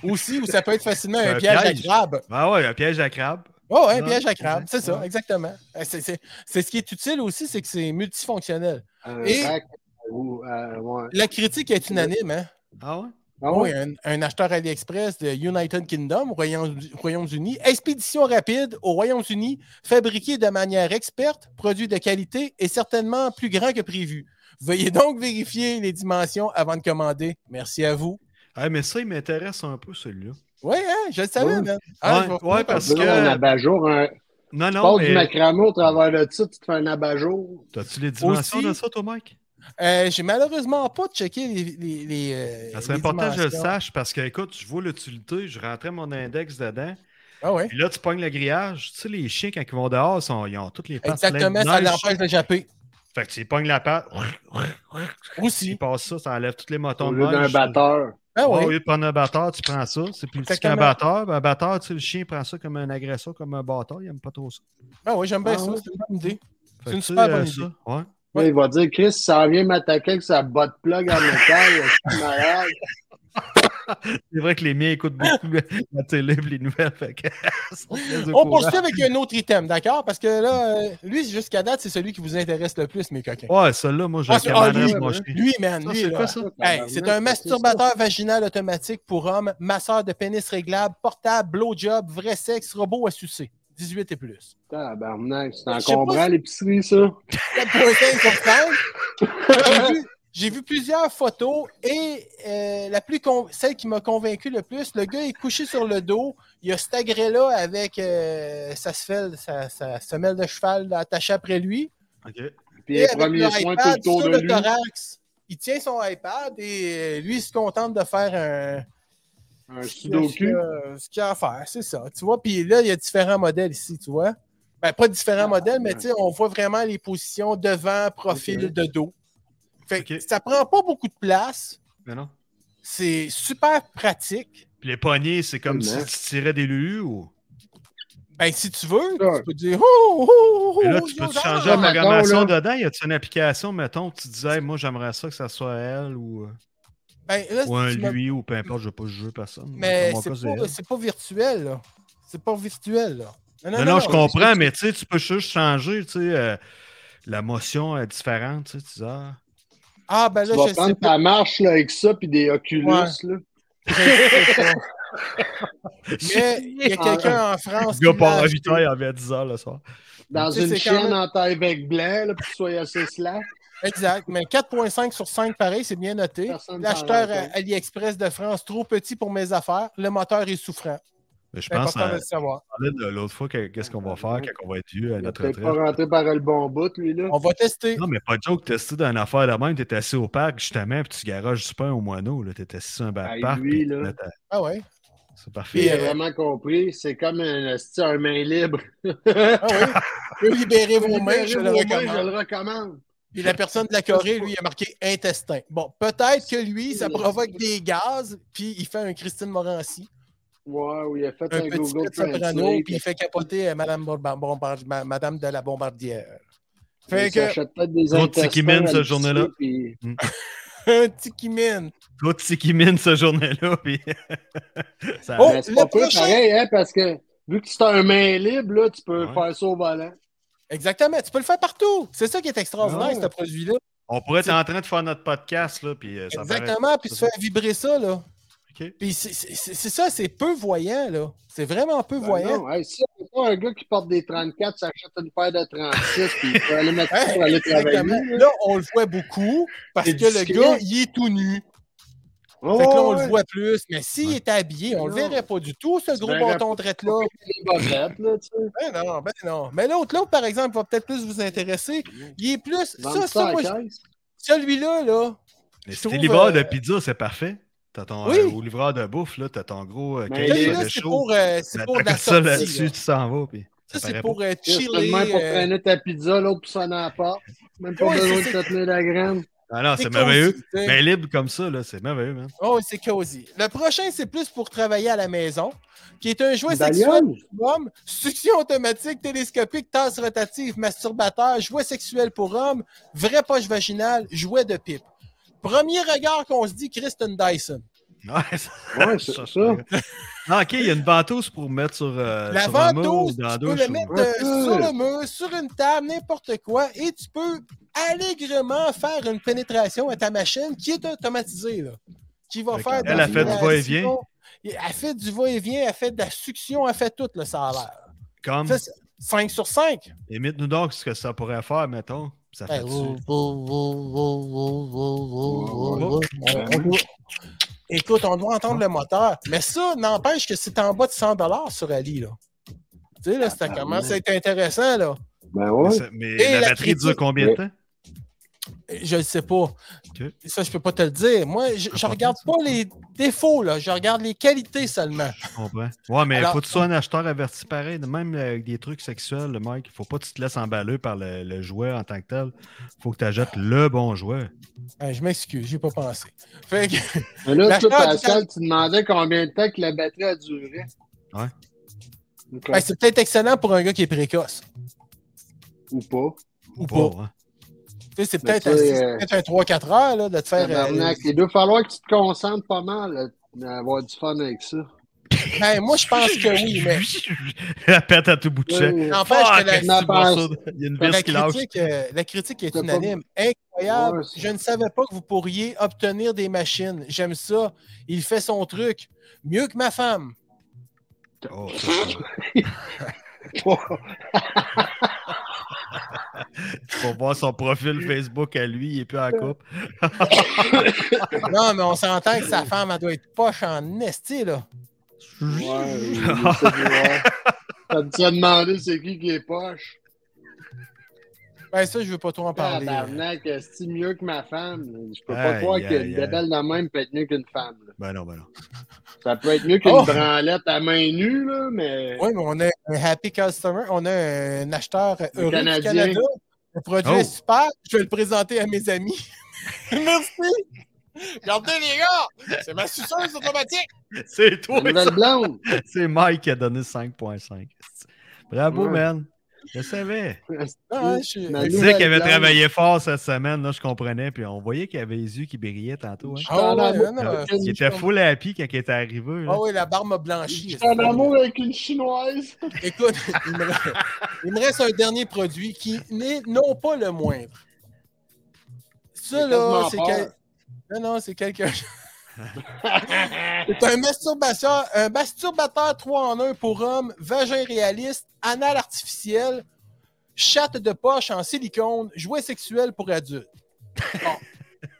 Speaker 2: aussi, ou ça peut être facilement
Speaker 4: C'est
Speaker 2: un
Speaker 4: un
Speaker 2: piège à
Speaker 4: piège.
Speaker 2: crabe.
Speaker 4: Ah ouais, un piège à crabe.
Speaker 2: Oh, un
Speaker 4: Ouais,
Speaker 2: piège à crabe,
Speaker 4: ouais,
Speaker 2: c'est ça,
Speaker 4: ouais.
Speaker 2: exactement. Euh, c'est- C'est c'est ce qui est utile aussi, c'est que c'est multifonctionnel.
Speaker 3: Un
Speaker 2: Et-
Speaker 3: sac, ou, euh, ouais.
Speaker 2: La critique est unanime, hein?
Speaker 4: Ah ouais?
Speaker 3: Ah
Speaker 2: Oui,
Speaker 3: ouais?
Speaker 2: un, un acheteur AliExpress de United Kingdom, Royaume- Royaume-Uni. Expédition rapide au Royaume-Uni, fabriqué de manière experte, produit de qualité et certainement plus grand que prévu. Veuillez donc vérifier les dimensions avant de commander. Merci à vous.
Speaker 4: Ah, mais ça, il m'intéresse un peu, celui-là.
Speaker 2: Oui, hein, je le savais,
Speaker 3: Ouais.
Speaker 2: man. Ah,
Speaker 4: Ouais,
Speaker 2: je vais finir
Speaker 4: ouais,
Speaker 2: par-
Speaker 4: parce
Speaker 3: Tu fais
Speaker 4: que-
Speaker 3: un abat-jour, un...
Speaker 4: Non,
Speaker 3: tu
Speaker 4: non,
Speaker 3: passes
Speaker 4: mais
Speaker 3: du macramé au travers de ça, tu te fais un abat-jour.
Speaker 4: t'as-tu les dimensions
Speaker 2: Aussi-
Speaker 4: de ça, toi, Mike?
Speaker 2: Euh, J'ai malheureusement pas checké les. les, les, euh,
Speaker 4: Ça serait
Speaker 2: les
Speaker 4: important que je le
Speaker 2: dimensions.
Speaker 4: sache parce que, écoute, je vois l'utilité, je rentrais mon index dedans,
Speaker 2: Ah ouais.
Speaker 4: puis là, tu pognes le grillage. Tu sais, les chiens, quand ils vont dehors, ils sont- ils ont toutes les pattes pleines de
Speaker 2: Exactement, ça
Speaker 4: neige.
Speaker 2: l'empêche de japper.
Speaker 4: Fait que tu pognes la patte, tu
Speaker 2: Aussi.
Speaker 4: passes ça, ça enlève tous les motons
Speaker 3: Au
Speaker 4: de
Speaker 3: lieu d'un
Speaker 4: neige.
Speaker 3: batteur.
Speaker 2: Ah
Speaker 4: Ouais,
Speaker 2: ouais.
Speaker 4: Au lieu de prendre un batteur, tu prends ça. C'est plus petit qu'un
Speaker 2: Exactement.
Speaker 4: batteur. Ben, Un batteur, tu sais, le chien prend ça comme un agresseur, comme un bâtard. Il aime pas trop ça.
Speaker 2: Ah ouais, j'aime bien
Speaker 3: Ah
Speaker 2: ça.
Speaker 3: ouais.
Speaker 2: C'est une bonne idée. une
Speaker 4: Fait que, tu sais,
Speaker 2: super bonne
Speaker 4: euh,
Speaker 2: idée.
Speaker 4: ça, ouais.
Speaker 3: Là, il va dire, Chris, ça vient m'attaquer avec sa botte plug en métal. je suis malade.
Speaker 4: C'est vrai que les miens écoutent beaucoup le- la télé et les nouvelles. Fait que, ils sont très au
Speaker 2: On
Speaker 4: courant.
Speaker 2: poursuit avec un autre item, d'accord? Parce que là, euh, lui, jusqu'à date, c'est celui qui vous intéresse le plus, mes coquins.
Speaker 4: Ouais, celle-là, moi, je
Speaker 2: Ah,
Speaker 4: la
Speaker 2: c'est- ah,
Speaker 4: commanderais
Speaker 2: lui,
Speaker 4: pour mon
Speaker 3: ouais,
Speaker 4: chien.
Speaker 2: Lui, man,
Speaker 4: Oh. Ça,
Speaker 2: lui,
Speaker 4: C'est
Speaker 2: là.
Speaker 4: quoi ça?
Speaker 2: Hey, c'est un masturbateur vaginal automatique pour hommes, masseur de pénis réglable, portable, blowjob, vrai sexe, robot à sucer. 18 et plus.
Speaker 3: Tabarnak, c'est
Speaker 2: Je sais pas
Speaker 3: encombrant
Speaker 2: si-
Speaker 3: l'épicerie, ça.
Speaker 2: 4.5 sur 5. J'ai vu- J'ai vu plusieurs photos et euh, la plus con- celle qui m'a convaincu le plus, le gars est couché sur le dos, il a cet agrès-là avec euh, sa, semelle, sa, sa semelle de cheval attachée après lui.
Speaker 4: Ok.
Speaker 3: Puis les
Speaker 2: Eh, avec le
Speaker 3: premiers soins tout
Speaker 2: iPad
Speaker 3: autour
Speaker 2: sur
Speaker 3: de
Speaker 2: le
Speaker 3: lui.
Speaker 2: thorax, il tient son iPad et euh, lui, il se contente de faire
Speaker 3: Un
Speaker 2: un...
Speaker 3: sudoku.
Speaker 2: euh, Ce qu'il y a à faire, c'est ça. Tu vois, puis là, il y a différents modèles ici, tu vois. Ben, pas
Speaker 3: Ah,
Speaker 2: différents modèles, mais tu sais, on voit vraiment les positions devant, profil,
Speaker 3: Ok.
Speaker 2: de dos. Fait que
Speaker 4: Ok.
Speaker 2: ça prend pas beaucoup de place.
Speaker 4: Mais non.
Speaker 2: C'est super pratique.
Speaker 4: Puis les poignées, c'est comme si
Speaker 3: Tellement.
Speaker 4: tu tirais des lulu ou.
Speaker 2: Ben, si tu veux,
Speaker 3: Ouais.
Speaker 2: tu peux dire Oh, oh, oh,
Speaker 4: Et là,
Speaker 2: oh,
Speaker 4: tu
Speaker 2: yo,
Speaker 4: peux
Speaker 2: genre.
Speaker 4: changer la
Speaker 3: mettons,
Speaker 4: programmation
Speaker 3: là.
Speaker 4: dedans. Y a-tu une application, mettons, que tu disais, Hey, moi, j'aimerais ça que ça soit elle ou. euh,
Speaker 2: Ben, là,
Speaker 4: Ou un
Speaker 2: tu m'as-
Speaker 4: lui, ou peu importe, je ne veux pas jouer personne.
Speaker 2: Mais
Speaker 4: Dans mon
Speaker 2: c'est
Speaker 4: cas, c'est
Speaker 2: pas,
Speaker 4: elle.
Speaker 2: c'est pas virtuel, là. C'est pas virtuel, là.
Speaker 4: Non, non, je comprends, mais tu sais, tu peux juste changer, tu sais. euh, la motion est différente, tu sais, tu dis, ah,
Speaker 2: Ah, ben là,
Speaker 3: tu vas
Speaker 2: je sais
Speaker 3: prendre
Speaker 2: pas.
Speaker 3: ta marche là, avec ça puis des Oculus.
Speaker 2: Ouais.
Speaker 3: Là.
Speaker 2: je sais pas. Mais il
Speaker 3: Ah,
Speaker 2: y a quelqu'un en France.
Speaker 4: le gars
Speaker 2: qui
Speaker 4: part
Speaker 2: l'a
Speaker 4: à
Speaker 2: acheté.
Speaker 4: 8 heures, il revient à 10 heures le soir.
Speaker 3: Dans
Speaker 2: Tu sais,
Speaker 3: une
Speaker 2: c'est quand
Speaker 3: chaîne
Speaker 2: même-
Speaker 3: en taille avec blanc, là, pour que tu sois assez slack.
Speaker 2: Exact. Mais 4,5 sur 5, pareil, c'est bien noté.
Speaker 3: Personne
Speaker 2: L'acheteur
Speaker 3: s'en rend compte.
Speaker 2: à- AliExpress de France, trop petit pour mes affaires. Le moteur est souffrant.
Speaker 4: Mais Je
Speaker 2: C'est
Speaker 4: pense
Speaker 2: important de
Speaker 4: à
Speaker 2: le savoir.
Speaker 4: de l'autre fois, que- qu'est-ce qu'on va faire quand on va être vieux à
Speaker 3: Il a
Speaker 4: notre
Speaker 3: peut-être pas
Speaker 4: retraite.
Speaker 3: rentré par le bon bout, lui, là.
Speaker 2: On va tester.
Speaker 4: Non, mais pas de joke, t'es assis dans une affaire de même, t'es assis au parc justement, puis tu garages du pain au moineau, là, t'es assis sur un
Speaker 3: Ah,
Speaker 4: backpack. puis-
Speaker 3: lui, là.
Speaker 2: Ah ouais.
Speaker 4: C'est
Speaker 3: Il a
Speaker 2: euh,
Speaker 4: parfait.
Speaker 3: vraiment compris. C'est comme un, c'est un main libre.
Speaker 2: Ah oui. Libérez vos mains, je
Speaker 3: Libérez
Speaker 2: le
Speaker 3: vos mains, je
Speaker 2: recommande.
Speaker 3: le recommande.
Speaker 2: Puis la personne de la Corée, lui, il a marqué intestin. Bon, peut-être que lui, ça provoque des gaz, puis il fait un Christine Morancy,
Speaker 3: Ouais, oui, il a fait
Speaker 2: un
Speaker 3: un,
Speaker 2: petit
Speaker 3: Google
Speaker 2: Pet Soprano,
Speaker 3: Translate.
Speaker 2: puis il fait capoter euh, Madame, Bomba- Bomba- Ma- Madame de la Bombardière.
Speaker 3: Il
Speaker 2: Fait que,
Speaker 3: s'achète peut-être des
Speaker 4: Gros tiki
Speaker 3: intestins
Speaker 4: min,
Speaker 3: à
Speaker 4: cette
Speaker 3: l'épicerie,
Speaker 4: journée-là.
Speaker 3: puis-
Speaker 2: un petit mine.
Speaker 4: L'autre c'est qui mine ce journée-là, puis. ça
Speaker 2: Oh!
Speaker 4: reste-
Speaker 3: Mais c'est
Speaker 2: le
Speaker 3: pas peu
Speaker 2: prochain-
Speaker 3: pareil, hein, parce que vu que c'est un main libre, là, tu peux
Speaker 4: Ouais.
Speaker 3: faire ça au volant.
Speaker 2: Exactement, tu peux le faire partout. C'est ça qui est extraordinaire,
Speaker 3: Ouais.
Speaker 2: ce produit-là.
Speaker 4: On pourrait être en train de faire notre podcast, là, puis euh, ça paraît-
Speaker 2: Exactement, puis tu fais vibrer ça, là.
Speaker 4: Ok.
Speaker 2: Puis c'est- c'est c'est ça, c'est peu voyant, là. C'est vraiment peu
Speaker 3: Ben
Speaker 2: voyant.
Speaker 3: non, hey, si on a un gars qui porte des 34, s'achète une paire de 36, puis il peut aller mettre ça
Speaker 2: Hein,
Speaker 3: pour aller
Speaker 2: Exactement.
Speaker 3: travailler.
Speaker 2: Là, on le voit beaucoup parce
Speaker 3: C'est
Speaker 2: que le
Speaker 3: discret.
Speaker 2: gars, il est tout nu.
Speaker 3: Oh,
Speaker 2: Fait que là, on
Speaker 3: ouais,
Speaker 2: le voit plus. Mais s'il
Speaker 4: Ouais.
Speaker 2: était habillé, on le
Speaker 3: Non.
Speaker 2: verrait pas du tout, ce gros
Speaker 3: verrais
Speaker 2: bâton traite-là.
Speaker 3: les bobettes, là, tu sais.
Speaker 2: Ben non, ben non. Mais l'autre, l'autre, par exemple, va peut-être plus vous intéresser. Il est plus.
Speaker 3: Vendre
Speaker 2: Ça,
Speaker 3: ça à
Speaker 2: ça, moi, je-
Speaker 3: caisse.
Speaker 2: celui-là, là.
Speaker 4: Mais
Speaker 2: Je
Speaker 4: si t'es
Speaker 2: trouve,
Speaker 4: livreur de
Speaker 2: euh,
Speaker 4: pizza, c'est parfait. T'as ton
Speaker 2: Oui.
Speaker 4: euh, ou livreur de bouffe, là, t'as ton gros euh, cahier
Speaker 3: Mais il est-
Speaker 2: Celui-là,
Speaker 4: de
Speaker 2: c'est
Speaker 4: chaud.
Speaker 2: pour, euh, c'est
Speaker 4: T'as
Speaker 2: pour de la
Speaker 4: que ça
Speaker 2: sortie.
Speaker 4: là-dessus,
Speaker 2: là.
Speaker 4: tu s'en vas, puis.
Speaker 2: Ça,
Speaker 4: ça
Speaker 2: c'est
Speaker 4: paraît
Speaker 2: pour euh,
Speaker 3: Juste
Speaker 2: chiller.
Speaker 3: même pour
Speaker 2: euh,
Speaker 3: traîner ta pizza, l'autre pour sonner à la porte. Même pas
Speaker 2: Ouais,
Speaker 3: besoin
Speaker 2: c'est-
Speaker 3: de te tenir la graine.
Speaker 4: pas- Ah non, c'est
Speaker 2: c'est
Speaker 4: merveilleux.
Speaker 2: cosy, tu sais.
Speaker 4: Mais libre comme ça, là, c'est merveilleux, man.
Speaker 2: Oh, c'est cosy. Le prochain, c'est plus pour travailler à la maison, qui est un jouet sexuel
Speaker 3: Dalion,
Speaker 2: pour homme, succion automatique, télescopique, tasse rotative, masturbateur, jouet sexuel pour homme, vraie poche vaginale, jouet de pipe. Premier regard qu'on se dit, Kristen Dyson.
Speaker 4: Ouais, ça-
Speaker 3: Ouais, c'est ça.
Speaker 4: Ah, ok, il y a une ventouse pour mettre sur, euh,
Speaker 2: La
Speaker 4: sur un mur ou
Speaker 2: ventouse,
Speaker 4: dans la
Speaker 2: tu peux
Speaker 4: douche.
Speaker 2: le
Speaker 4: ou-
Speaker 2: mettre
Speaker 3: ouais.
Speaker 2: euh, sur le mur, sur une table, n'importe quoi, et tu peux allègrement faire une pénétration à ta machine qui est automatisée, là, qui va
Speaker 4: Fait
Speaker 2: faire...
Speaker 4: qu'elle, elle fait du va-et-vient.
Speaker 2: Elle fait du va-et-vient, elle fait de la succion, elle fait tout, là, ça a l'air.
Speaker 4: Comme,
Speaker 2: Ça, c'est 5 sur 5.
Speaker 4: imite-nous donc ce que ça pourrait faire, mettons. Ça fait
Speaker 2: Ouais,
Speaker 4: du...
Speaker 2: Écoute, on doit entendre le moteur. Mais ça, n'empêche que c'est en bas de 100 sur Ali. Là. Tu sais, là, ça
Speaker 4: Ah,
Speaker 2: commence à être intéressant. Là.
Speaker 3: Ben
Speaker 4: Mais,
Speaker 3: ouais.
Speaker 4: ça- mais
Speaker 2: Et
Speaker 4: la,
Speaker 2: la
Speaker 4: batterie dure
Speaker 2: critique-
Speaker 4: combien de temps?
Speaker 2: Je ne sais pas. Ça, je peux pas te le dire. Moi, je ne
Speaker 4: Important,
Speaker 2: regarde
Speaker 4: ça.
Speaker 2: pas les défauts. Là. Je regarde les qualités seulement.
Speaker 4: Je comprends. Ouais, mais il
Speaker 2: Alors-
Speaker 4: faut que tu sois un acheteur averti pareil, même euh, avec des trucs sexuels, le mec. Faut pas que tu te laisses emballer par le, le jouet en tant que tel. Faut que tu achètes le bon jouet.
Speaker 2: Hey, Hein, je m'excuse, j'ai pas pensé. Fait que,
Speaker 3: Mais là,
Speaker 2: L'acheteur
Speaker 3: toi,
Speaker 2: du
Speaker 3: Pascal, tu demandais combien de temps que la batterie a duré.
Speaker 4: Ouais.
Speaker 3: Ok.
Speaker 2: ben, c'est peut-être excellent pour un gars qui est précoce.
Speaker 3: Ou pas.
Speaker 4: Ou
Speaker 2: pas.
Speaker 4: hein.
Speaker 2: Tu sais, c'est
Speaker 3: Mais
Speaker 2: peut-être
Speaker 3: tu sais,
Speaker 2: un, peut un 3-4 heures là, de te faire. euh,
Speaker 3: Tabarnak, Il doit falloir que tu te concentres pas mal euh, à avoir du fun avec ça.
Speaker 2: ben, moi, je pense que oui, mais.
Speaker 4: La pète à tout bout de
Speaker 2: Euh,
Speaker 4: champ.
Speaker 3: Ouais.
Speaker 2: N'empêche
Speaker 4: Ah,
Speaker 2: que la,
Speaker 4: qu'est-ce que c'est bon, ça?
Speaker 3: n'empêche.
Speaker 4: Il y a une
Speaker 2: la
Speaker 4: vis qui lâche.
Speaker 2: critique, euh, la critique est
Speaker 3: T'as pas-
Speaker 2: unanime. Incroyable.
Speaker 3: Ouais, c'est-
Speaker 2: Je ne savais pas que vous pourriez obtenir des machines. J'aime ça. Il fait son truc. Mieux que ma femme.
Speaker 4: Oh, ça, ça- Faut voir son profil Facebook à lui, il est plus en couple.
Speaker 2: Non, mais on s'entend que sa femme, elle doit être poche en esti, là.
Speaker 3: Ouais, je sais pas, ouais. T'as- Tu as demandé c'est qui qui est poche.
Speaker 2: Ben, ça, je veux pas trop en parler. hein.
Speaker 3: Tabarnak, c'est mieux que ma femme. Je peux
Speaker 4: Aïe,
Speaker 3: pas croire
Speaker 4: aïe,
Speaker 3: qu'une
Speaker 4: aïe.
Speaker 3: débelle de même peut être mieux qu'une femme. là.
Speaker 4: Ben non, ben non.
Speaker 3: Ça peut être mieux qu'une
Speaker 2: Oh!
Speaker 3: branlette à main nue, là, mais.
Speaker 2: Oui, mais on a un happy customer. On a un acheteur heureux du
Speaker 3: Canadien.
Speaker 2: Canada. Le produit est
Speaker 4: Oh.
Speaker 2: super. Je vais le présenter à mes amis. Merci. Regardez, les gars. C'est ma suceuse automatique.
Speaker 4: C'est toi,
Speaker 3: La nouvelle blonde!
Speaker 4: ça. C'est Mike qui a donné 5.5. Bravo,
Speaker 3: Ouais.
Speaker 4: man. Je savais.
Speaker 2: Ah, je suis-
Speaker 4: Tu
Speaker 3: Manu-
Speaker 4: disais qu'il avait
Speaker 3: langue.
Speaker 4: travaillé fort cette semaine, là, je comprenais. Puis on voyait qu'il avait les yeux qui brillaient tantôt. hein.
Speaker 3: Je suis
Speaker 2: Ah
Speaker 3: en
Speaker 2: ouais,
Speaker 3: amour.
Speaker 2: non,
Speaker 4: Euh,
Speaker 2: non,
Speaker 4: Il était full happy quand il était arrivé. là.
Speaker 2: Ah oui, la barbe m'a
Speaker 3: Je
Speaker 2: blanchi.
Speaker 3: suis en amour avec une chinoise.
Speaker 2: Écoute, il me, reste, il me reste un dernier produit qui n'est non pas le moindre. Ça,
Speaker 3: J'ai
Speaker 2: là,
Speaker 3: quasiment
Speaker 2: c'est
Speaker 3: peur.
Speaker 2: quel- Non, non, c'est quelque chose. c'est un masturbateur, un masturbateur 3 en 1 pour homme, vagin réaliste, anal artificiel, chatte de poche en silicone, jouet sexuel pour adultes.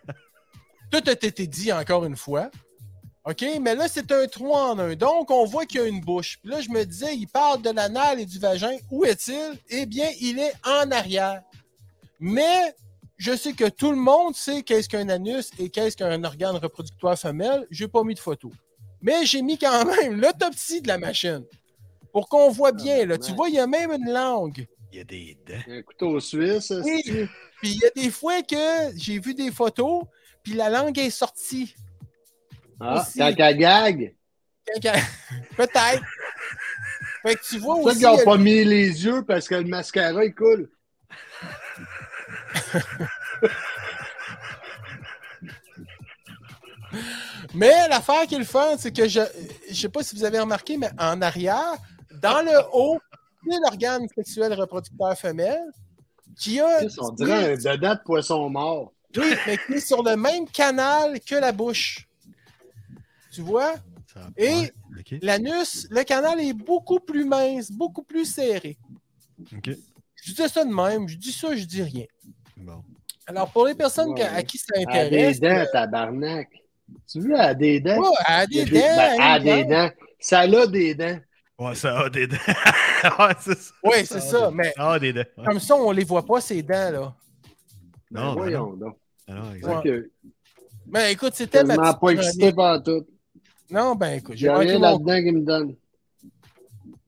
Speaker 2: Bon. Tout a été dit encore une fois. OK, mais là, c'est un 3 en 1. Donc, on voit qu'il y a une bouche. Puis là, je me disais, il parle de l'anal et du vagin. Où est-il? Eh bien, il est en arrière. Mais je sais que tout le monde sait qu'est-ce qu'un anus et qu'est-ce qu'un organe reproducteur femelle. J'ai pas mis de photo. Mais j'ai mis quand même l'autopsie de la machine pour qu'on voit bien. Là. Tu vois, il y a même une langue.
Speaker 4: Il y a des dents.
Speaker 3: Un couteau suisse.
Speaker 2: Oui. Puis il y a des fois que j'ai vu des photos, puis la langue est sortie.
Speaker 3: Ah,
Speaker 2: Aussi.
Speaker 3: t'as qu'à gag.
Speaker 2: Quelqu'un- Peut-être. Fait que tu vois
Speaker 3: C'est ça
Speaker 2: aussi.
Speaker 3: qu'ils n'ont
Speaker 2: euh,
Speaker 3: pas mis les yeux parce que le mascara, il coule.
Speaker 2: euh, Mais l'affaire qui est le fun, c'est que je je sais pas si vous avez remarqué, mais en arrière, dans le haut, c'est l'organe sexuel reproducteur femelle qui a.
Speaker 3: Chris, On dirait un dada de poisson mort.
Speaker 2: Oui, mais qui est sur le même canal que la bouche. Tu vois?
Speaker 4: Ça-
Speaker 2: Et-
Speaker 4: ouais, ok,
Speaker 2: L'anus, le canal est beaucoup plus mince, beaucoup plus serré.
Speaker 4: ok.
Speaker 2: Je dis ça de même, je dis ça, je dis rien.
Speaker 4: Bon.
Speaker 2: Alors, pour les personnes
Speaker 3: Ouais.
Speaker 2: à qui ça
Speaker 3: À des
Speaker 2: intéresse.
Speaker 3: dents, tabarnak. Tu veux, à des dents?
Speaker 2: Ouais, à des dents. hein,
Speaker 3: Ben,
Speaker 2: à
Speaker 3: à
Speaker 2: une
Speaker 3: des
Speaker 2: dent.
Speaker 3: dents. Ça a des dents.
Speaker 4: Ouais, ça a des dents. ouais, c'est ça.
Speaker 2: Oui, c'est ça, mais
Speaker 4: Ça a des dents. ouais.
Speaker 2: Comme ça, on les voit pas, ses dents, là.
Speaker 3: Ben,
Speaker 4: Non, ben
Speaker 3: voyons donc.
Speaker 4: Ah non, exact.
Speaker 2: Ouais.
Speaker 3: Ok.
Speaker 2: Ben, écoute, c'était ma
Speaker 3: Tellement
Speaker 2: petite
Speaker 3: pas
Speaker 2: chronique.
Speaker 3: excité par tout.
Speaker 2: Non, ben, écoute, j'ai
Speaker 3: J'ai
Speaker 2: manqué
Speaker 3: rien
Speaker 2: mon...
Speaker 3: là-dedans qui me donne.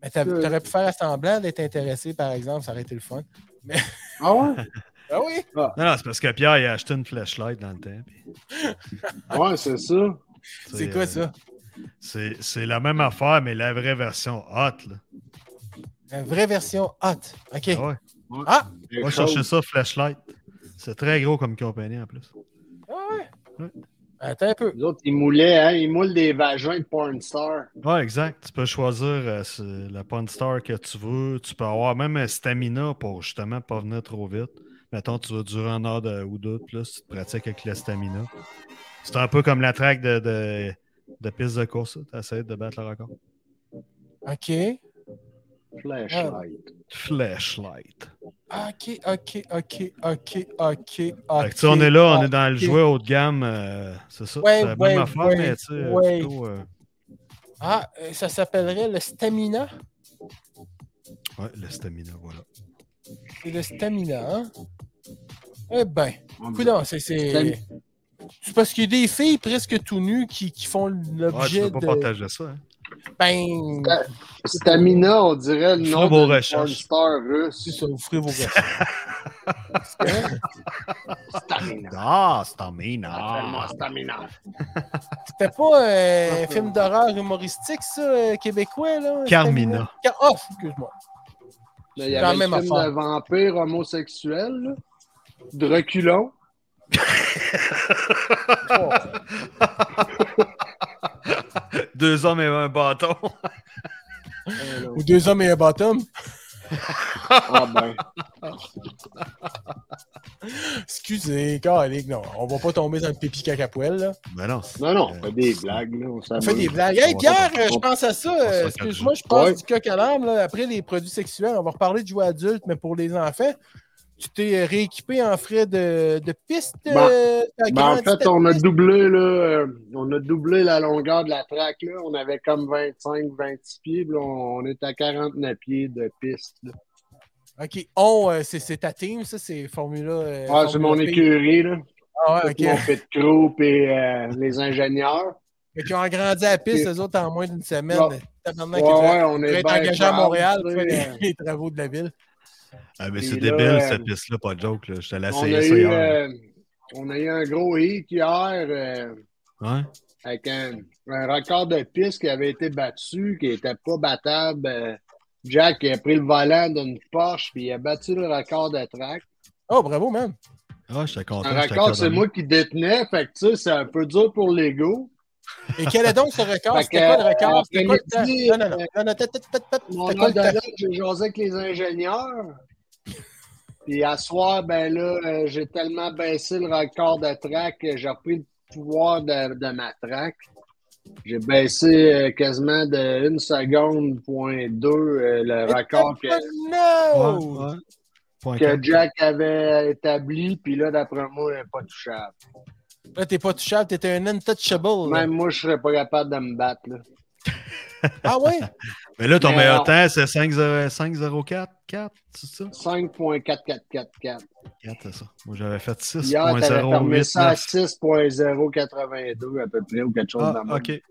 Speaker 2: Mais t'as- t'aurais pu faire semblant d'être intéressé, par exemple, ça aurait été le fun.
Speaker 3: Ah ouais?
Speaker 2: Ben oui!
Speaker 4: Non, non, c'est parce que Pierre, il a acheté une flashlight dans le temps. puis,
Speaker 3: Ouais, c'est ça.
Speaker 4: tu sais,
Speaker 2: C'est quoi,
Speaker 4: euh,
Speaker 2: ça?
Speaker 4: C'est c'est la même affaire, mais la vraie version hot. Là.
Speaker 2: La vraie version hot. OK.
Speaker 4: Ah ouais.
Speaker 2: Ah!
Speaker 4: Moi, je cherchais ça, flashlight. C'est très gros comme compagnie en plus.
Speaker 2: Ah ouais.
Speaker 4: Ouais.
Speaker 2: Attends un peu.
Speaker 3: Les autres, ils moulaient, hein? Ils moulent des vagins de porn star.
Speaker 4: Ouais, exact. Tu peux choisir euh, ce- la Pawn Star que tu veux. Tu peux avoir même un stamina pour justement pas venir trop vite. Mettons, tu vas durer un heure de- ou deux, puis là, si tu te pratiques avec le stamina. C'est un peu comme la track de, de, de piste de course. Tu essaies de battre le record.
Speaker 2: OK. Ah.
Speaker 3: Flashlight.
Speaker 4: Flashlight.
Speaker 2: OK, OK, OK, OK, OK,
Speaker 4: Fait
Speaker 2: OK.
Speaker 4: que, tu sais, on est là, on est
Speaker 2: OK.
Speaker 4: dans le jouet haut de gamme. euh, c'est ça.
Speaker 2: Ouais,
Speaker 4: c'est la
Speaker 2: ouais,
Speaker 4: même affaire,
Speaker 2: ouais,
Speaker 4: mais tu sais, euh,
Speaker 2: ouais.
Speaker 4: plutôt, euh,
Speaker 2: Ah, euh, ça s'appellerait le stamina.
Speaker 4: ouais, le stamina, voilà. Ah,
Speaker 2: C'est le stamina, hein? Eh ben,
Speaker 3: Ouais,
Speaker 2: coudonc, c'est... c'est... C'est parce qu'il y a des filles presque tout nues qui, qui font
Speaker 4: Ouais, tu
Speaker 2: l'objet
Speaker 4: peux pas
Speaker 2: de...
Speaker 4: partager ça. Hein?
Speaker 2: Ben,
Speaker 3: Stamina, on dirait le
Speaker 4: Fais
Speaker 3: nom
Speaker 4: vos
Speaker 3: de porn
Speaker 4: recherches.
Speaker 3: star
Speaker 2: c'est
Speaker 3: russe.
Speaker 2: ça, vous ferez vos recherches.
Speaker 3: Stamina.
Speaker 4: Ah, stamina.
Speaker 3: Appelle-moi Stamina.
Speaker 2: C'était pas euh, un film d'horreur humoristique, ça, euh, québécois, là?
Speaker 4: Carmina.
Speaker 2: Stamina? Car- Oh, excuse-moi.
Speaker 3: Mais il y
Speaker 2: Quand
Speaker 3: avait
Speaker 2: même
Speaker 3: le film
Speaker 2: affaire.
Speaker 3: de vampire homosexuel, là. de reculon.
Speaker 4: Deux hommes et un bâton.
Speaker 2: Ou deux hommes et un bottom.
Speaker 3: Ah ben,
Speaker 2: Excusez, calique, non, on va pas tomber dans le pipi cacapoel, là.
Speaker 4: Ben non.
Speaker 3: non, non, on fait des blagues, là, on
Speaker 2: On fait des
Speaker 3: s'amuse.
Speaker 2: blagues. Hey,
Speaker 4: On va
Speaker 2: Pierre,
Speaker 4: pas-
Speaker 2: euh, je pense à ça. euh,
Speaker 4: va
Speaker 2: Excuse-moi, je pense
Speaker 3: Ouais.
Speaker 2: du coq à l'âme, là. Après les produits sexuels, on va reparler de jouets adultes, mais pour les enfants, tu t'es euh, rééquipé en frais de, de piste.
Speaker 3: Ben,
Speaker 2: euh, ta
Speaker 3: Ben, en
Speaker 2: grande
Speaker 3: fait, on a
Speaker 2: piste.
Speaker 3: doublé, là, euh, on a doublé la longueur de la traque, là. On avait comme 25, 26 pieds, puis là, on, on est à 49 pieds de piste. là.
Speaker 2: OK. On, euh, c'est c'est ta team, ça, c'est Formula. euh,
Speaker 3: Ah, c'est
Speaker 2: Formula
Speaker 3: mon
Speaker 2: P.
Speaker 3: écurie, là.
Speaker 2: Ah, ouais,
Speaker 3: Tout
Speaker 2: OK.
Speaker 3: Mon pit crew, puis euh, les ingénieurs.
Speaker 2: Fait qu'ils ont agrandi la piste, eux autres, en moins d'une semaine.
Speaker 3: Ouais.
Speaker 2: Tabarnak,
Speaker 3: Ouais,
Speaker 2: ils devraient-
Speaker 3: ouais, ben, on
Speaker 2: devraient
Speaker 3: est
Speaker 2: être engagés à
Speaker 3: charles,
Speaker 2: Montréal pour
Speaker 3: tu
Speaker 2: faire
Speaker 3: sais,
Speaker 2: les,
Speaker 3: euh,
Speaker 2: les travaux de la ville.
Speaker 4: Ah, mais
Speaker 3: Puis
Speaker 4: c'est
Speaker 3: là,
Speaker 4: débile,
Speaker 3: euh,
Speaker 4: cette piste-là, pas de joke. Là. Je te laisse
Speaker 3: On a,
Speaker 4: essayer ça
Speaker 3: eu,
Speaker 4: hier.
Speaker 3: euh, on a eu un gros hit hier euh,
Speaker 4: Ouais.
Speaker 3: avec un, un record de piste qui avait été battu, qui n'était pas battable euh, Jack il a pris le volant d'une Porsche puis il a battu le record de track.
Speaker 2: Oh, bravo, man.
Speaker 4: Ah, j'étais content.
Speaker 3: Un
Speaker 4: j'étais
Speaker 3: record, c'est
Speaker 4: accompagné.
Speaker 3: moi qui détenais, fait que tu sais, c'est un peu dur pour l'ego.
Speaker 2: Et quel est donc ce record?
Speaker 3: Fait
Speaker 2: C'était quoi
Speaker 3: que,
Speaker 2: le record? C'était quoi le
Speaker 3: après-midi,
Speaker 2: temps? Non, non, non. non, non, tête, tête, tête, tête.
Speaker 3: Mon
Speaker 2: C'était quoi le
Speaker 3: nom de
Speaker 2: temps?
Speaker 3: lettre, j'ai jasé avec les ingénieurs. Puis à soir, ben là, euh, j'ai tellement baissé le record de track que j'ai repris le pouvoir de, de ma track. J'ai baissé euh, quasiment de 1 seconde, point 2, euh, le record que,
Speaker 2: No!
Speaker 4: Ouais, ouais. Point
Speaker 3: que
Speaker 4: quatre.
Speaker 3: Jack avait établi. Puis là, d'après moi, il n'est pas touchable.
Speaker 2: Là, t'es pas touchable, t'étais un untouchable. là.
Speaker 3: Même moi, je serais pas capable de me battre. là.
Speaker 2: Ah ouais?
Speaker 4: Mais là, ton
Speaker 3: Mais
Speaker 4: meilleur
Speaker 3: non.
Speaker 4: temps, c'est 5,044, 4, c'est ça?
Speaker 3: 5.4444.
Speaker 4: 4, c'est ça. Moi, j'avais fait
Speaker 3: Hier, tu avais fermé ça à
Speaker 4: 6.089.
Speaker 3: 6.082 à peu près ou quelque chose dans
Speaker 4: Ah,
Speaker 3: le même.
Speaker 4: OK.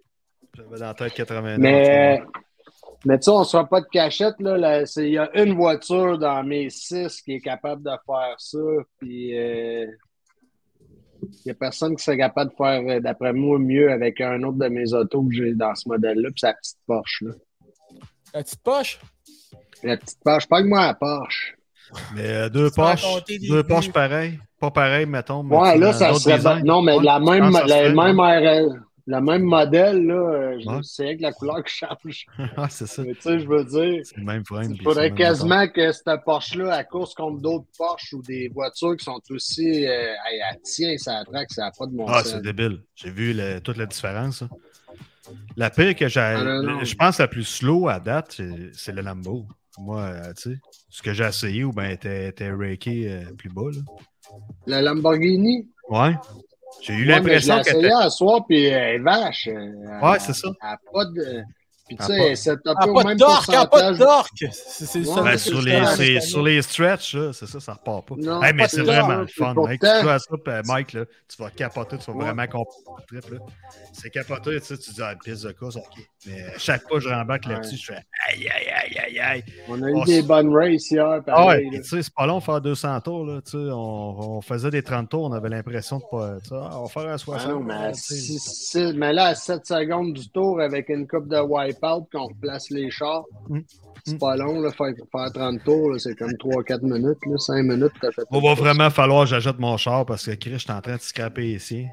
Speaker 4: J'avais dans la tête 89.
Speaker 3: Mais, mais tu sais, on ne sera pas de cachette. Là, là, c'est- il y a une voiture dans mes six qui est capable de faire ça. Puis, euh, il n'y a personne qui serait capable de faire, euh, d'après moi, mieux avec un autre de mes autos que j'ai dans ce modèle-là. Puis, c'est la petite Porsche. Là.
Speaker 2: La petite poche?
Speaker 3: La petite Porsche. Pas que moi, la Porsche.
Speaker 4: Mais euh, deux
Speaker 2: Sans
Speaker 4: poches,
Speaker 2: compter les
Speaker 4: deux
Speaker 2: buts.
Speaker 4: poches pareilles. Pas pareilles, mettons. mais
Speaker 3: Ouais,
Speaker 4: tu
Speaker 3: là,
Speaker 4: sais,
Speaker 3: ça
Speaker 4: d'autres
Speaker 3: serait.
Speaker 4: designs.
Speaker 3: Non, mais
Speaker 4: Ouais,
Speaker 3: la même,
Speaker 4: je pense que ça
Speaker 3: la
Speaker 4: serait,
Speaker 3: même RL, le même modèle, là, euh, je-
Speaker 4: Ouais.
Speaker 3: c'est avec la couleur qui change.
Speaker 4: Ah, c'est ça.
Speaker 3: Mais tu sais, je veux dire.
Speaker 4: C'est le même frame.
Speaker 3: Il
Speaker 4: puis c'est
Speaker 3: faudrait
Speaker 4: le même
Speaker 3: quasiment que cette Porsche-là, à course contre d'autres Porsche ou des voitures qui sont aussi. Euh, hey, elle tient sa traque, ça n'a pas de mon
Speaker 4: moteur. Ah,
Speaker 3: sens.
Speaker 4: c'est débile. J'ai vu le- toute la différence. hein. La pire que j'ai.
Speaker 3: Ah, non, non.
Speaker 4: Je pense la plus slow à date, c'est- c'est le Lambo. Moi, euh, tu sais, ce que j'ai essayé, ou bien était raké euh, plus bas. Là.
Speaker 3: La Lamborghini.
Speaker 4: Ouais. J'ai eu
Speaker 3: Moi, mais je l'ai
Speaker 4: l'impression qu'elle
Speaker 3: essayé
Speaker 4: était.
Speaker 3: à soir, puis elle est vache. Ouais,
Speaker 4: Ouais, c'est ça.
Speaker 3: Elle n'a pas de. Puis tu
Speaker 4: Elle a pas-
Speaker 3: sais, c'est
Speaker 2: Ah,
Speaker 3: tapée au
Speaker 2: pas de
Speaker 3: même
Speaker 2: dork, ah, pas de
Speaker 3: pourcentage.
Speaker 2: dork! C'est c'est le
Speaker 3: Ouais,
Speaker 2: seul-
Speaker 4: Ben,
Speaker 3: mais
Speaker 4: sur,
Speaker 3: c'est
Speaker 4: les,
Speaker 3: ça,
Speaker 4: c'est-
Speaker 3: cette
Speaker 4: sur les stretches, là, c'est ça, ça repart pas.
Speaker 3: Non,
Speaker 4: Hey, mais
Speaker 3: pas
Speaker 4: c'est
Speaker 3: de ça.
Speaker 4: vraiment le fun.
Speaker 3: Pourtant-
Speaker 4: Hey, que tu joues à ça, puis, euh, Mike, là, tu vas capoter, tu vas
Speaker 3: Ouais.
Speaker 4: vraiment comprendre le trip. là. C'est capoter, tu sais, tu dis, ah, pisse de course, ok. Mais à chaque fois que je rembarque là-dessus, je fais, aïe, aïe, aïe, aïe, aïe.
Speaker 3: On a eu
Speaker 4: Oh,
Speaker 3: des
Speaker 4: c'est-
Speaker 3: bonnes races hier.
Speaker 4: Ah ouais,
Speaker 3: pareil,
Speaker 4: puis
Speaker 3: là.
Speaker 4: tu sais, c'est pas long de faire 200 tours, là, tu sais, on, on faisait des 30 tours, on avait l'impression de pas, tu sais, ah, on va faire un
Speaker 3: Ah
Speaker 4: 60.
Speaker 3: non, mais, à
Speaker 4: tu sais.
Speaker 3: six- six- mais là, à 7 secondes du tour, avec une coupe de wipe-out, qu'on replace les chars,
Speaker 4: Mm.
Speaker 3: c'est
Speaker 4: Mm.
Speaker 3: pas long, là, faire, faire 30 tours, là, c'est comme 3-4 minutes, là, 5 minutes, t'as fait.
Speaker 4: Il va vraiment falloir que j'ajoute mon char parce que Chris, je suis en train de scraper ici.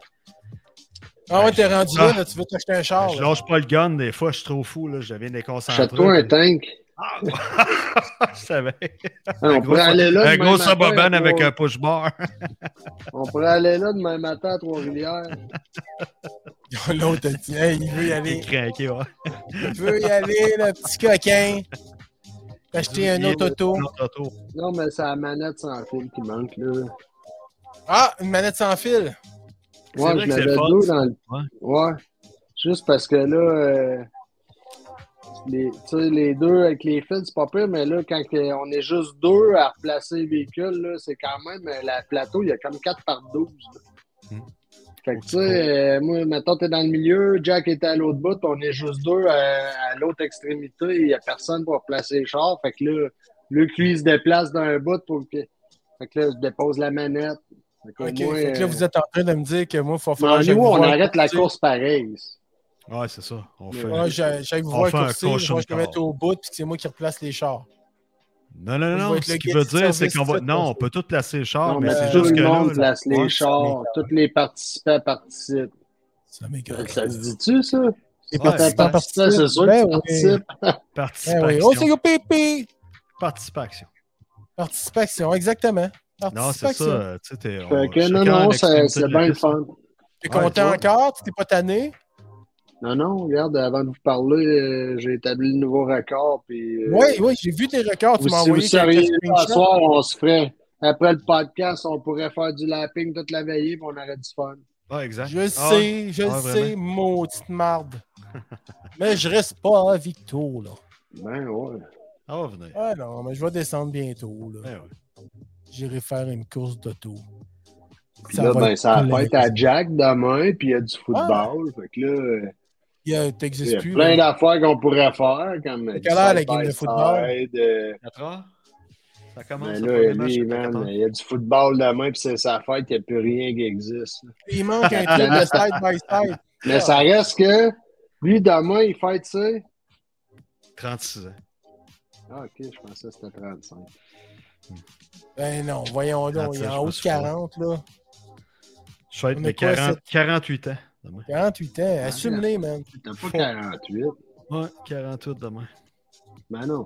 Speaker 2: Ah ouais, t'es rendu là,
Speaker 4: Ah.
Speaker 2: là, tu veux t'acheter un char.
Speaker 4: je
Speaker 2: là.
Speaker 4: lâche pas le gun, des fois, je suis trop fou, là, je deviens déconcentré.
Speaker 3: Achète-toi un
Speaker 4: puis-
Speaker 3: tank.
Speaker 4: Ah, je savais.
Speaker 3: Hein, on pourrait aller là.
Speaker 4: un
Speaker 3: demain
Speaker 4: gros
Speaker 3: matin
Speaker 4: suburban
Speaker 3: à
Speaker 4: avec
Speaker 3: Trois-
Speaker 4: un push bar.
Speaker 3: On pourrait aller là demain matin à Trois-Rivières.
Speaker 2: L'autre, il dit, Hey, il veut y aller.
Speaker 4: craqué, ouais.
Speaker 2: Il veut y aller, le petit coquin. Acheter un autre auto.
Speaker 4: Un autre auto.
Speaker 3: Non, mais c'est la manette sans fil qui manque, là.
Speaker 2: Ah, une manette sans fil.
Speaker 4: C'est
Speaker 3: Ouais,
Speaker 4: vrai
Speaker 3: je
Speaker 4: que c'est
Speaker 3: l'avais
Speaker 4: le fun,
Speaker 3: deux
Speaker 4: ça.
Speaker 3: dans le.
Speaker 4: Ouais.
Speaker 3: Ouais. Juste parce que là, euh, les, tu sais, les deux avec les fils, c'est pas pire, mais là, quand que- on est juste deux à replacer les véhicules, là, c'est quand même. euh, La plateau, il y a comme 4 par 12. là.
Speaker 4: Hmm.
Speaker 3: Fait que tu sais, euh, moi, maintenant, t'es dans le milieu, Jack est à l'autre bout, on est juste deux à, à l'autre extrémité, il n'y a personne pour placer les chars. Fait que là, Luc, lui, il se déplace d'un bout pour que. Fait que là, je dépose la manette. Fait qu'au
Speaker 2: Ok,
Speaker 3: moins,
Speaker 2: fait que là,
Speaker 3: euh,
Speaker 2: vous êtes en train de me dire que moi, il faut
Speaker 3: mais
Speaker 2: faire. j'aille
Speaker 3: nous,
Speaker 2: vous
Speaker 3: on
Speaker 2: voir
Speaker 3: arrête la
Speaker 2: courser.
Speaker 3: course pareille.
Speaker 4: Ouais, c'est ça. On fait...
Speaker 2: Ouais, j'aille j'aille vous
Speaker 4: On
Speaker 2: voir
Speaker 4: fait un
Speaker 2: courser, moi, je
Speaker 4: cochon
Speaker 2: vais
Speaker 4: de
Speaker 2: mettre
Speaker 4: corps.
Speaker 2: au bout, puis c'est moi qui replace les chars.
Speaker 4: Non, non,
Speaker 2: Je vais
Speaker 4: non.
Speaker 2: être
Speaker 4: Ce
Speaker 2: le
Speaker 4: qui
Speaker 2: guide
Speaker 4: veut
Speaker 2: du
Speaker 4: dire, c'est
Speaker 2: service
Speaker 4: qu'on va.
Speaker 2: tout
Speaker 4: Non,
Speaker 2: autour.
Speaker 4: on peut tout placer le char,
Speaker 3: Non,
Speaker 4: Ah, mais
Speaker 3: mais
Speaker 4: c'est
Speaker 3: tout
Speaker 4: juste que
Speaker 3: le
Speaker 4: là.
Speaker 3: monde place
Speaker 4: ouais,
Speaker 3: les chars, tous les participants participent.
Speaker 2: Ça m'écoeure.
Speaker 3: Ça se dit-tu, ça?
Speaker 2: Les
Speaker 4: Ouais,
Speaker 2: participants
Speaker 4: c'est
Speaker 3: Participants participent, c'est sûr que
Speaker 2: Ben
Speaker 3: tu
Speaker 2: oui.
Speaker 3: participes.
Speaker 2: Ben
Speaker 3: Eh
Speaker 2: oui. Oh, c'est
Speaker 4: Participation.
Speaker 2: go pépé!
Speaker 4: Participation.
Speaker 2: Participation, exactement.
Speaker 4: Non, c'est
Speaker 2: Participation.
Speaker 4: ça. Tu sais, t'es-
Speaker 3: Fait
Speaker 4: on-
Speaker 3: que non,
Speaker 4: chacun à
Speaker 3: non,
Speaker 4: l'extrémité
Speaker 3: c'est
Speaker 4: de
Speaker 3: c'est
Speaker 4: la
Speaker 3: bien le
Speaker 4: piste.
Speaker 3: fun.
Speaker 2: T'es
Speaker 4: Ouais,
Speaker 2: content
Speaker 4: ouais.
Speaker 2: encore? Tu t'es pas tanné?
Speaker 3: Non, non, regarde, avant de vous parler, euh, j'ai établi le nouveau record. Puis, euh,
Speaker 2: Oui, oui, j'ai vu tes records.
Speaker 3: ou
Speaker 2: Tu m'as
Speaker 3: si vous
Speaker 2: envoyé
Speaker 3: seriez
Speaker 2: quelques
Speaker 3: là ce
Speaker 2: screenshots.
Speaker 3: soir, on se ferait. Après le podcast, on pourrait faire du lapping toute la veillée, puis on aurait du fun.
Speaker 4: Ouais, exact.
Speaker 2: Je le
Speaker 4: Ah,
Speaker 2: sais, je
Speaker 4: Ah,
Speaker 2: le
Speaker 4: vraiment?
Speaker 2: sais, maudite marde. mais je reste pas à Victo, là.
Speaker 3: Ben ouais.
Speaker 4: ah, on va venir. Eh
Speaker 2: Ah non, mais je vais descendre bientôt, là.
Speaker 4: Ouais, ouais.
Speaker 2: J'irai faire une course d'auto.
Speaker 3: Puis là, ben,
Speaker 2: être
Speaker 3: ça va
Speaker 2: plein.
Speaker 3: être à Jack demain, puis il y a du football. Fait que là. euh,
Speaker 2: Il y a-
Speaker 3: Il y
Speaker 2: t'existes
Speaker 3: a
Speaker 2: plus.
Speaker 3: plein
Speaker 2: là.
Speaker 3: d'affaires qu'on pourrait faire, comme
Speaker 2: euh, C'est
Speaker 3: du
Speaker 2: quelle heure, la game de
Speaker 3: side-by-side,
Speaker 2: football?
Speaker 3: euh,
Speaker 4: Quatre heures? Ça
Speaker 3: mais
Speaker 4: commence. le
Speaker 3: Ben là,
Speaker 4: premier match,
Speaker 3: lui,
Speaker 4: à quatre
Speaker 3: man,
Speaker 4: heures.
Speaker 3: il y a du football demain, puis c'est sa fête, il n'y a plus rien qui existe.
Speaker 2: Il manque un truc de side by side.
Speaker 3: Mais ça reste que, lui, demain, il fête, ça.
Speaker 4: 36 ans.
Speaker 3: Ah, ok, je pensais que c'était 35.
Speaker 2: Ben non, voyons donc,
Speaker 4: Ah,
Speaker 2: il est
Speaker 4: ça,
Speaker 2: en
Speaker 4: je
Speaker 2: haut
Speaker 4: me
Speaker 2: de
Speaker 4: souviens.
Speaker 2: 40, là.
Speaker 4: Je suis
Speaker 2: On
Speaker 4: de
Speaker 2: est quoi,
Speaker 4: 40
Speaker 2: cette-
Speaker 4: 48 ans. Demain.
Speaker 2: 48 ans, assume-les, man.
Speaker 3: T'as pas 48?
Speaker 4: Ouais, 48 demain.
Speaker 3: Ben non.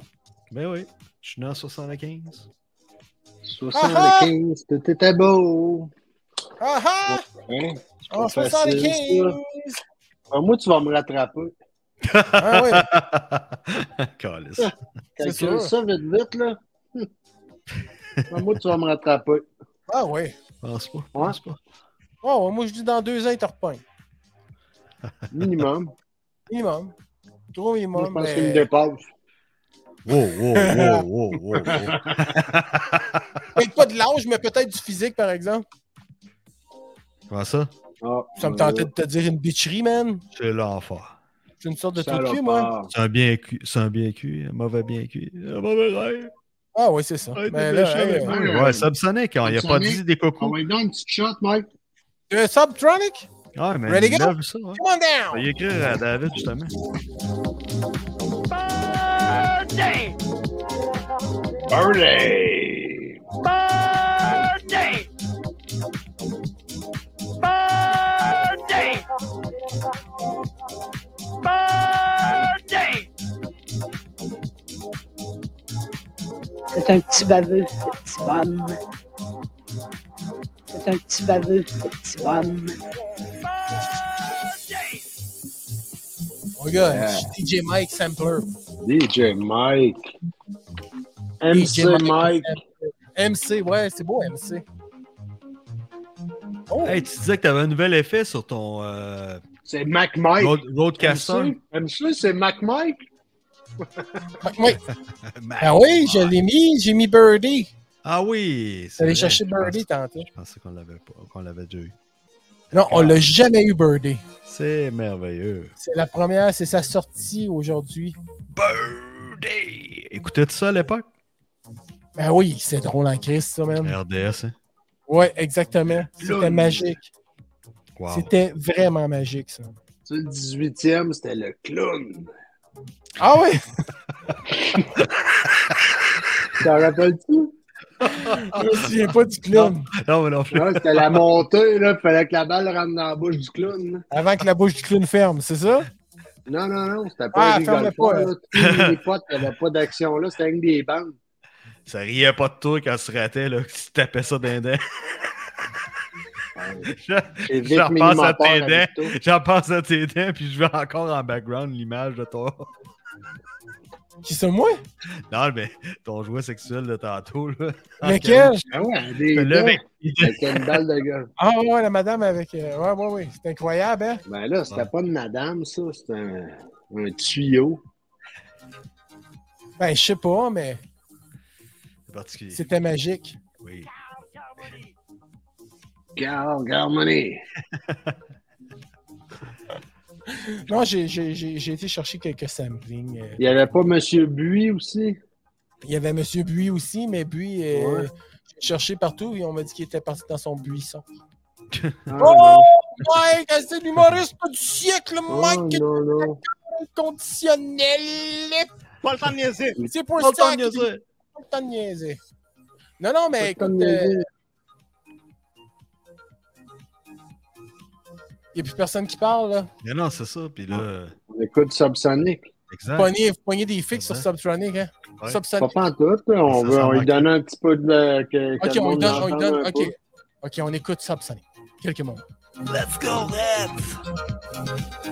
Speaker 4: Ben oui, je suis né en 75.
Speaker 3: 75, tout était beau.
Speaker 2: Ah ah!
Speaker 3: Hein? C'est pas
Speaker 2: En
Speaker 3: facile,
Speaker 2: 75!
Speaker 3: ça. Ah, moi, tu vas me rattraper.
Speaker 2: Ah oui,
Speaker 4: Calice.
Speaker 2: Ah. C'est
Speaker 3: Calcule
Speaker 2: sûr.
Speaker 3: ça vite, vite, là. Ah, moi, tu vas me rattraper.
Speaker 2: ah oui.
Speaker 4: Pense pas, pense pas.
Speaker 2: Oh, moi, je dis dans deux ans, il te repeint.
Speaker 3: Minimum.
Speaker 2: Minimum. Trop
Speaker 3: Moi,
Speaker 2: minimum.
Speaker 3: je pense
Speaker 2: mais-
Speaker 3: qu'il me dépasse.
Speaker 4: Wow, wow, wow, wow, wow, wow.
Speaker 2: Peut-être pas de l'âge, mais peut-être du physique, par exemple.
Speaker 4: Comment ça?
Speaker 3: Ah,
Speaker 2: Ça me
Speaker 3: euh,
Speaker 2: tentait de te dire une bitcherie, man.
Speaker 4: C'est l'enfer.
Speaker 2: C'est une sorte de truc
Speaker 3: salopard.
Speaker 2: cul, moi.
Speaker 4: C'est un bien cuit, c'est un bien cuit, un mauvais bien cuit, un mauvais rêve.
Speaker 2: Ah oui, c'est ça.
Speaker 4: Ouais,
Speaker 2: Mais
Speaker 4: t'es
Speaker 2: là,
Speaker 4: méchant
Speaker 2: hey,
Speaker 4: avec
Speaker 2: euh,
Speaker 4: moi.
Speaker 3: euh,
Speaker 4: Ouais, Subsonic, Ah on n'y a pas
Speaker 3: Subsonic.
Speaker 4: dit des
Speaker 3: On
Speaker 4: cocos.
Speaker 3: va lui donner une petite shot, Mike.
Speaker 2: euh, Subtronic?
Speaker 4: Ah, mais
Speaker 2: Ready,
Speaker 4: il
Speaker 2: go?
Speaker 4: lève ça. Ouais.
Speaker 2: Come on
Speaker 4: On
Speaker 2: down!
Speaker 4: va y écrire à David, justement.
Speaker 3: Burley!
Speaker 5: C'est un petit baveux, cette petit bonne. C'est un petit baveux, cette petit bonne.
Speaker 2: Mon Oh, gars, un
Speaker 3: Yeah.
Speaker 2: petit DJ Mike Sampler.
Speaker 3: DJ Mike. MC
Speaker 2: DJ
Speaker 3: Mike.
Speaker 2: MC, ouais, c'est beau, MC. Oh,
Speaker 4: Hey, tu disais que tu avais un nouvel effet sur ton euh,
Speaker 3: C'est Mac Mike.
Speaker 4: road, Roadcaster.
Speaker 3: MC, MC, c'est Mac Mike.
Speaker 2: Mike, Mike.
Speaker 4: Mac.
Speaker 2: Ah oui, je l'ai mis, j'ai mis Birdie.
Speaker 4: Ben, Ah oui! c'est
Speaker 2: J'allais
Speaker 4: vrai,
Speaker 2: chercher
Speaker 4: je pense-
Speaker 2: Birdie tantôt.
Speaker 4: Je pensais qu'on l'avait pas, qu'on l'avait déjà eu.
Speaker 2: Non, on l'a jamais eu Birdie.
Speaker 4: C'est merveilleux.
Speaker 2: C'est la première, c'est sa sortie aujourd'hui.
Speaker 4: Birdie! Écoutais-tu ça à l'époque?
Speaker 2: Ben oui, c'est drôle en crise, ça, même.
Speaker 4: RDS, hein?
Speaker 2: Ouais, exactement. C'était
Speaker 3: Là,
Speaker 2: magique.
Speaker 4: Wow.
Speaker 2: C'était vraiment magique, ça.
Speaker 3: C'est le 18e, c'était le clown.
Speaker 2: Ah oui!
Speaker 3: T'en rappelles-tu?
Speaker 2: Je me souviens pas du clown.
Speaker 4: Non, mais non plus.
Speaker 3: Ouais, c'était la montée, là. Fallait que la balle rentre dans la bouche du clown. là.
Speaker 2: Avant que la bouche du clown ferme, c'est ça?
Speaker 3: Non, non, non, c'était
Speaker 2: Ah,
Speaker 3: pas des
Speaker 2: ferme-le
Speaker 3: golfeurs,
Speaker 2: pas,
Speaker 3: là. Tous les potes, il n'y avait pas d'action là, c'était une des bandes.
Speaker 4: Ça riait pas de toi quand tu ratais, là, que tu tapais ça d'un dent.
Speaker 2: Ah
Speaker 3: J'ai vite
Speaker 4: J'en
Speaker 3: mis
Speaker 4: passe
Speaker 3: mon
Speaker 4: à
Speaker 3: père
Speaker 4: tes dents,
Speaker 3: avec toi.
Speaker 4: j'en passe à tes dents, puis je veux encore en background l'image de ton.
Speaker 2: Qui c'est moi?
Speaker 4: Non, mais ton jouet sexuel de tantôt, là.
Speaker 2: Lequel?
Speaker 3: Ah ouais, des
Speaker 4: Le
Speaker 3: dents
Speaker 4: mec.
Speaker 3: avec une balle de gars.
Speaker 2: Ah ouais, la madame avec. euh, Ouais, ouais, ouais. C'est incroyable, hein?
Speaker 3: Ben là, c'était pas une madame, ça, c'était un, un tuyau.
Speaker 2: Ben, je sais pas, mais
Speaker 4: C'est particulier.
Speaker 2: c'était magique.
Speaker 4: Oui.
Speaker 3: Car, Garmony.
Speaker 2: Non, j'ai- j'ai j'ai- j'ai été chercher quelques samplings. euh.
Speaker 3: Il n'y avait pas Monsieur Buis aussi?
Speaker 2: Il y avait M. Buis aussi, mais Buis, euh,
Speaker 3: Ouais.
Speaker 2: j'ai cherché partout et on m'a dit qu'il était parti dans son buisson.
Speaker 3: Ah,
Speaker 2: Oh Mike, c'est l'humoriste du siècle,
Speaker 3: non. Oh,
Speaker 2: Mike
Speaker 3: non, non.
Speaker 2: conditionnel. C'est pour
Speaker 4: Oh,
Speaker 2: ça
Speaker 4: t'en
Speaker 2: qu'il
Speaker 4: niaisais.
Speaker 2: pas le temps de niaiser. Non, non, mais
Speaker 3: Pas
Speaker 2: écoute,
Speaker 3: de
Speaker 2: il
Speaker 3: niaiser.
Speaker 2: n'y a plus personne qui parle. Là.
Speaker 4: Mais non, c'est ça, puis là.
Speaker 2: Ah.
Speaker 3: On écoute Subsonic.
Speaker 4: Exact.
Speaker 2: Pognez, vous pognez des fixes sur
Speaker 4: Ouais.
Speaker 2: Subtronic. Hein?
Speaker 4: Hein? Ouais.
Speaker 3: Pas
Speaker 2: Subsonic.
Speaker 3: pantoute, là. On,
Speaker 4: Ça,
Speaker 3: veut,
Speaker 4: ça
Speaker 3: on lui
Speaker 4: manque.
Speaker 3: donne un petit peu de. Que, que
Speaker 2: Ok,
Speaker 3: le
Speaker 2: on lui
Speaker 3: monde
Speaker 2: donne. On lui
Speaker 3: l'entende
Speaker 2: donne
Speaker 3: un
Speaker 2: ok. ok, on écoute Subsonic. Quelques mots.
Speaker 6: Let's go, Reds!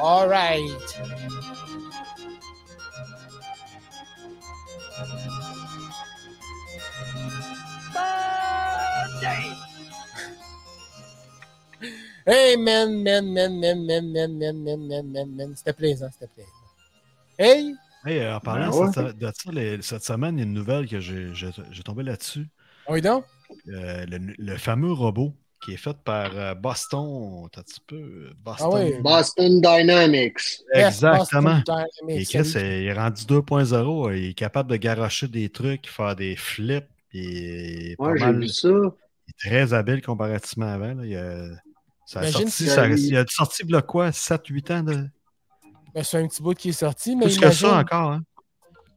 Speaker 2: All right. Hey, man, man, man, man, man, man, man, man, man, man, man. C'était plaisant, c'était plaisant. Hey!
Speaker 4: Hey, euh, en parlant
Speaker 3: Ben ouais.
Speaker 4: cette- de ça, les- cette semaine, il y a une nouvelle que j'ai j'ai- j'ai tombé là-dessus.
Speaker 2: Oui, donc?
Speaker 4: Euh, le, le fameux robot qui est faite par euh, Boston. T'as un petit peu. euh, Boston.
Speaker 2: Ah oui.
Speaker 3: Boston Dynamics.
Speaker 4: Exactement.
Speaker 2: Best Boston Dynamics.
Speaker 4: Et Chris, il est rendu 2.0. Il est capable de garocher des trucs, faire des flips. Il est, pas
Speaker 3: Moi, j'ai
Speaker 4: mal-
Speaker 3: vu ça.
Speaker 4: il est très habile comparativement à avant. là. Il, a... ça a
Speaker 2: Imagine
Speaker 4: sorti,
Speaker 3: que-
Speaker 4: ça- il a sorti là, quoi, 7-8 ans de.
Speaker 2: Ben, c'est un petit bout qui est sorti, mais
Speaker 4: Plus que ça
Speaker 2: imagine,
Speaker 4: encore. Hein?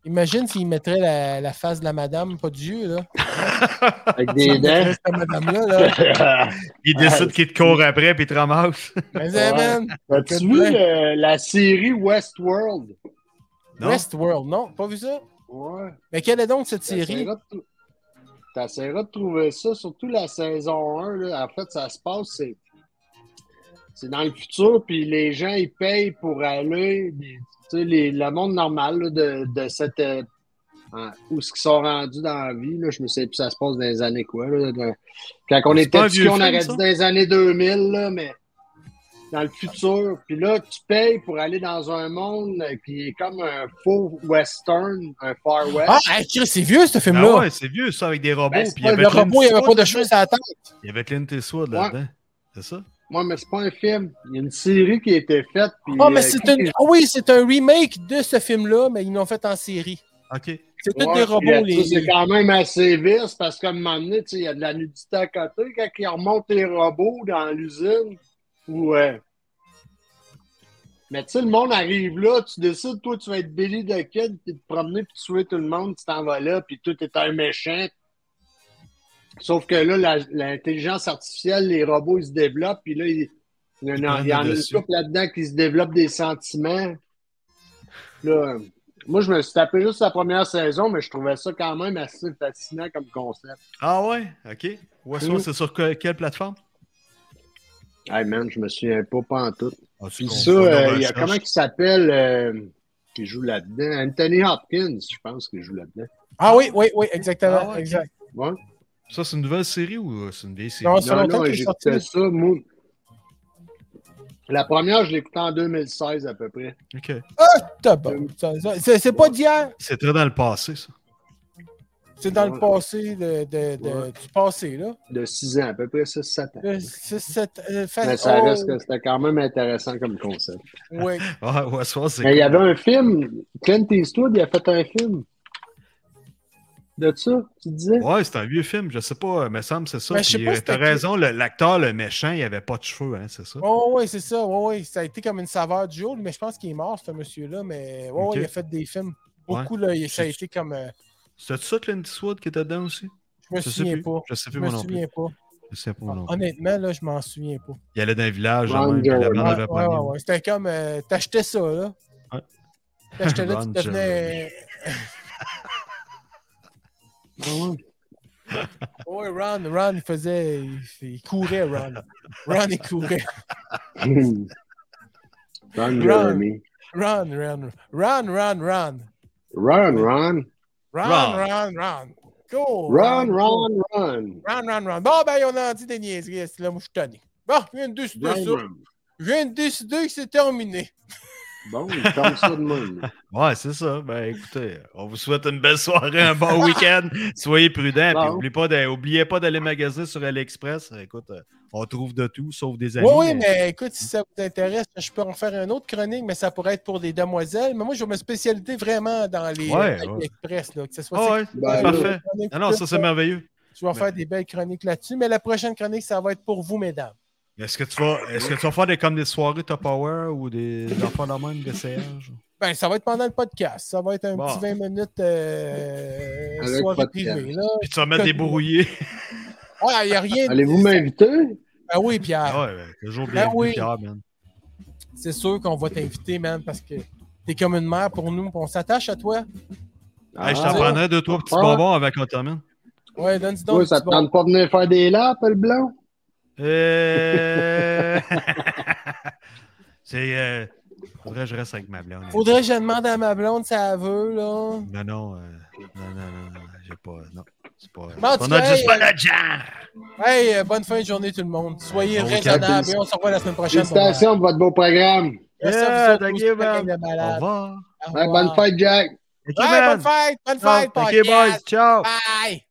Speaker 2: imagine s'il mettrait la, la face de la madame, pas du yeux, là.
Speaker 3: Avec des dents.
Speaker 2: Cette madame-là, là.
Speaker 4: Il décide qu'il te court après puis il te ramasse.
Speaker 2: Mais
Speaker 3: Ouais.
Speaker 2: man,
Speaker 3: As-tu vu le- la série Westworld?
Speaker 4: Non. Ben,
Speaker 2: Westworld, non, pas vu ça?
Speaker 3: Ouais.
Speaker 2: Mais quelle est donc cette série?
Speaker 3: T'essaieras de, trou- t'essaieras de trouver ça, surtout la saison 1. Là. En fait, ça se passe, c'est, c'est dans le futur, puis les gens, ils payent pour aller, tu sais, les- le monde normal là, de, de cette... euh, en- où ce qu'ils sont rendus dans la vie, là, je me sais plus ça se passe dans les années quoi. là, dans- quand on
Speaker 4: C'est
Speaker 3: était
Speaker 4: pas un
Speaker 3: petit,
Speaker 4: vieux
Speaker 3: on
Speaker 4: film,
Speaker 3: aurait
Speaker 4: ça?
Speaker 3: dit dans les années 2000, là, mais dans le futur. Puis là, tu payes pour aller dans un monde euh, qui est comme un faux western, un far west.
Speaker 2: Ah, hey, Chris, c'est vieux, ce
Speaker 4: Ah
Speaker 2: film-là.
Speaker 4: ouais, c'est vieux, ça, avec des robots.
Speaker 3: Ben, c'est
Speaker 4: puis il y
Speaker 2: Ouais,
Speaker 4: avait
Speaker 2: le
Speaker 4: Clint
Speaker 2: robot, il n'y avait pas
Speaker 4: Eastwood
Speaker 2: de cheveux à la tête.
Speaker 4: là-dedans. Il y avait Clint Eastwood
Speaker 3: Ouais.
Speaker 4: là-dedans. C'est ça?
Speaker 3: Oui, mais c'est pas un film. Il y a une série qui a été faite. puis,
Speaker 2: Ah, mais
Speaker 3: euh,
Speaker 2: c'est
Speaker 3: qui-
Speaker 2: un... ah oui, c'est un remake de ce film-là, mais ils l'ont fait en série.
Speaker 4: OK.
Speaker 2: C'est
Speaker 3: Ouais,
Speaker 2: tous des
Speaker 3: puis, euh,
Speaker 2: robots, les.
Speaker 3: ça, C'est quand même assez vite parce qu'à un moment donné, tu sais, il y a de la nudité à côté. Quand ils remontent les robots dans l'usine, ouais. Mais tu sais, le monde arrive là, tu décides, toi, tu vas être Billy the Kid, puis te promener, puis tuer tout le monde, tu t'en vas là, puis tout est un méchant. Sauf que là, la- l'intelligence artificielle, les robots, ils se développent, puis là, ils- il y en a,
Speaker 4: prennent
Speaker 3: il y en a
Speaker 4: le
Speaker 3: une
Speaker 4: dessus.
Speaker 3: couple là-dedans qui se développent des sentiments. Là, moi, je me suis tapé juste la première saison, mais je trouvais ça quand même assez fascinant comme concept.
Speaker 4: Ah ouais? OK. Westworld,
Speaker 3: Mm.
Speaker 4: c'est sur que- quelle plateforme?
Speaker 3: Hey man, je me souviens pas pantoute.
Speaker 4: Ah, tu
Speaker 3: Puis
Speaker 4: comprends,
Speaker 3: ça,
Speaker 4: on
Speaker 3: euh,
Speaker 4: va
Speaker 3: il y a
Speaker 4: chercher.
Speaker 3: comment qui s'appelle euh, qui joue là-dedans? Anthony Hopkins, je pense qu'il joue là-dedans.
Speaker 2: Ah oui, oui, oui, exactement.
Speaker 4: Ah ouais, ok.
Speaker 2: exact.
Speaker 3: Ouais.
Speaker 4: Ça, c'est une nouvelle série ou euh, c'est une vieille série?
Speaker 2: Non, Ça fait
Speaker 3: Non,
Speaker 2: longtemps
Speaker 3: non,
Speaker 2: qu'il est
Speaker 3: j'écoutais
Speaker 2: sorti.
Speaker 3: ça, moi. La première, je l'écoutais en 2016 à peu près.
Speaker 4: OK.
Speaker 2: Top. Ah, Ça- ça- C'est c'est pas d'hier,
Speaker 4: C'est très dans le passé, ça.
Speaker 2: c'est dans le
Speaker 3: Ouais.
Speaker 2: passé de, de- de-
Speaker 3: Ouais.
Speaker 2: du passé, là.
Speaker 3: De 6 ans, à peu près 6-7 ans.
Speaker 2: De- c'est- c'est- euh, fait-
Speaker 3: Mais ça
Speaker 2: oh,
Speaker 3: reste que c'était quand même intéressant comme concept.
Speaker 2: ouais.
Speaker 4: Ah, Westworld, c'est.
Speaker 3: Mais il y avait un film. Clint Eastwood, il a fait un film. De ça, tu disais?
Speaker 4: Ouais, c'est un vieux film, je sais pas, mais semble c'est ça.
Speaker 2: Mais Ben, je sais
Speaker 4: Puis,
Speaker 2: pas
Speaker 4: euh,
Speaker 2: c'était
Speaker 4: T'as
Speaker 2: qui.
Speaker 4: raison, le- l'acteur, le méchant, il avait pas de cheveux, hein, c'est ça?
Speaker 2: Oh, ouais, c'est ça. Ouais, ouais. Ça a été comme une saveur du jour, mais je pense qu'il est mort, ce monsieur-là. Mais ouais, ouais,
Speaker 4: Ok.
Speaker 2: il a fait des films. Beaucoup, là, il- ça a été comme. euh,
Speaker 4: C'était ça Clint Eastwood qui était dedans aussi?
Speaker 2: je me
Speaker 4: Je sais
Speaker 2: souviens
Speaker 4: plus.
Speaker 2: pas.
Speaker 4: Je sais
Speaker 2: Je
Speaker 4: plus
Speaker 2: me
Speaker 4: moi non plus.
Speaker 2: souviens pas.
Speaker 4: Je sais pas moi non plus.
Speaker 2: Honnêtement, là, je m'en souviens pas.
Speaker 4: Il allait dans un village,
Speaker 3: Ron
Speaker 4: même, puis la
Speaker 3: Jeremy.
Speaker 4: bande
Speaker 2: Ouais,
Speaker 4: avait
Speaker 2: ouais,
Speaker 4: pas
Speaker 2: ouais, ouais. C'était comme. euh, T'achetais ça, là.
Speaker 4: Ouais.
Speaker 2: T'achetais là, tu
Speaker 4: Ron
Speaker 2: devenais.
Speaker 4: euh.
Speaker 2: Ouais, Ron, Ron, il faisait. Il, il courait, Ron. Ron, il courait.
Speaker 3: Ron Jeremy.
Speaker 2: Ron, Ron, Ron, Ron, Ron.
Speaker 3: Ron, Ron.
Speaker 2: Ron,
Speaker 4: Ron.
Speaker 2: Ron, Ron. Go!
Speaker 3: Ron,
Speaker 2: go.
Speaker 3: Ron, Ron.
Speaker 2: Ron, Ron, Ron. Bon, ben, on a dit des niaiseries, c'est là, moi, je suis tanné. Bon, je viens de décider
Speaker 3: Ron,
Speaker 2: ça.
Speaker 3: Ron.
Speaker 2: Je viens de décider que c'est terminé.
Speaker 3: Bon, il tombe ça de même.
Speaker 4: Ouais, c'est ça. Ben écoutez, on vous souhaite une belle soirée, un bon week-end. Soyez prudents. Puis
Speaker 3: Bon.
Speaker 4: oubliez pas d'a- oubliez pas d'aller magasiner sur AliExpress. Écoute, euh, on trouve de tout, sauf des amis.
Speaker 2: Oui, oui, mais écoute,
Speaker 4: hein?
Speaker 2: si ça vous intéresse, je peux en faire une autre chronique, mais ça pourrait être pour les demoiselles. Mais moi, je vais me spécialiser vraiment dans les
Speaker 4: Ouais,
Speaker 2: euh,
Speaker 4: ouais.
Speaker 2: express, là, que ce soit
Speaker 4: Ah ouais,
Speaker 3: Ben,
Speaker 4: c'est
Speaker 3: là.
Speaker 4: parfait. Ah Non, non, ça c'est merveilleux.
Speaker 2: Je vais faire des belles chroniques là-dessus, mais la prochaine chronique, ça va être pour vous, mesdames.
Speaker 4: Est-ce que tu vas, est-ce que tu vas faire des, comme des soirées top hour ou des des enfants de même, des CH?
Speaker 2: Ben, ça va être pendant le podcast. Ça va être un
Speaker 4: Bon.
Speaker 2: petit 20 minutes euh,
Speaker 3: Avec
Speaker 2: soirée
Speaker 3: podcast.
Speaker 2: privée. Là.
Speaker 4: Puis tu vas mettre des brouillés.
Speaker 2: Ouais, il n'y a rien. de-
Speaker 3: Allez-vous m'inviter?
Speaker 2: Ben oui, Pierre.
Speaker 4: Ah ouais, ben, toujours bien
Speaker 2: oui.
Speaker 4: Pierre, man.
Speaker 2: C'est sûr qu'on va t'inviter, man, parce que t'es comme une mère pour nous. puis On s'attache à toi.
Speaker 4: Hey, je
Speaker 3: Ah,
Speaker 4: t'en prendrais deux, trois petits
Speaker 3: Ah.
Speaker 4: bonbons avant qu'on termine.
Speaker 2: Ouais, donne donc.
Speaker 3: toi, ça
Speaker 2: petit
Speaker 3: te tente pas de venir faire des laps, le blanc?
Speaker 4: Euh... c'est. euh, Faudrait que je reste avec ma blonde.
Speaker 2: Faudrait que je demande à ma blonde si elle veut, là.
Speaker 4: Non, non, euh, non, non, non, non, j'ai pas. Non, c'est pas.
Speaker 2: Mais en tout
Speaker 4: On a
Speaker 2: cas,
Speaker 4: juste
Speaker 2: hey,
Speaker 4: pas le genre!
Speaker 2: Hey, euh, bonne fin de journée, tout le monde. Soyez
Speaker 4: Bon
Speaker 2: raisonnables
Speaker 3: week-end.
Speaker 2: et on se revoit la semaine prochaine. mon gars.
Speaker 3: Félicitations pour votre beau programme.
Speaker 2: Merci à vous
Speaker 4: Yeah,
Speaker 2: autres
Speaker 4: thank
Speaker 2: aussi,
Speaker 4: you,
Speaker 2: la gang
Speaker 4: man.
Speaker 2: de
Speaker 4: Au
Speaker 2: malades.
Speaker 4: revoir!
Speaker 2: Au
Speaker 3: Ouais,
Speaker 2: revoir.
Speaker 3: bonne fête, Jack.
Speaker 4: Thank you,
Speaker 2: Ouais,
Speaker 4: man.
Speaker 2: bonne fête. Bonne
Speaker 4: Ciao.
Speaker 2: fête.
Speaker 4: Thank you, boys.
Speaker 2: podcast.
Speaker 4: Ciao!
Speaker 2: Bye.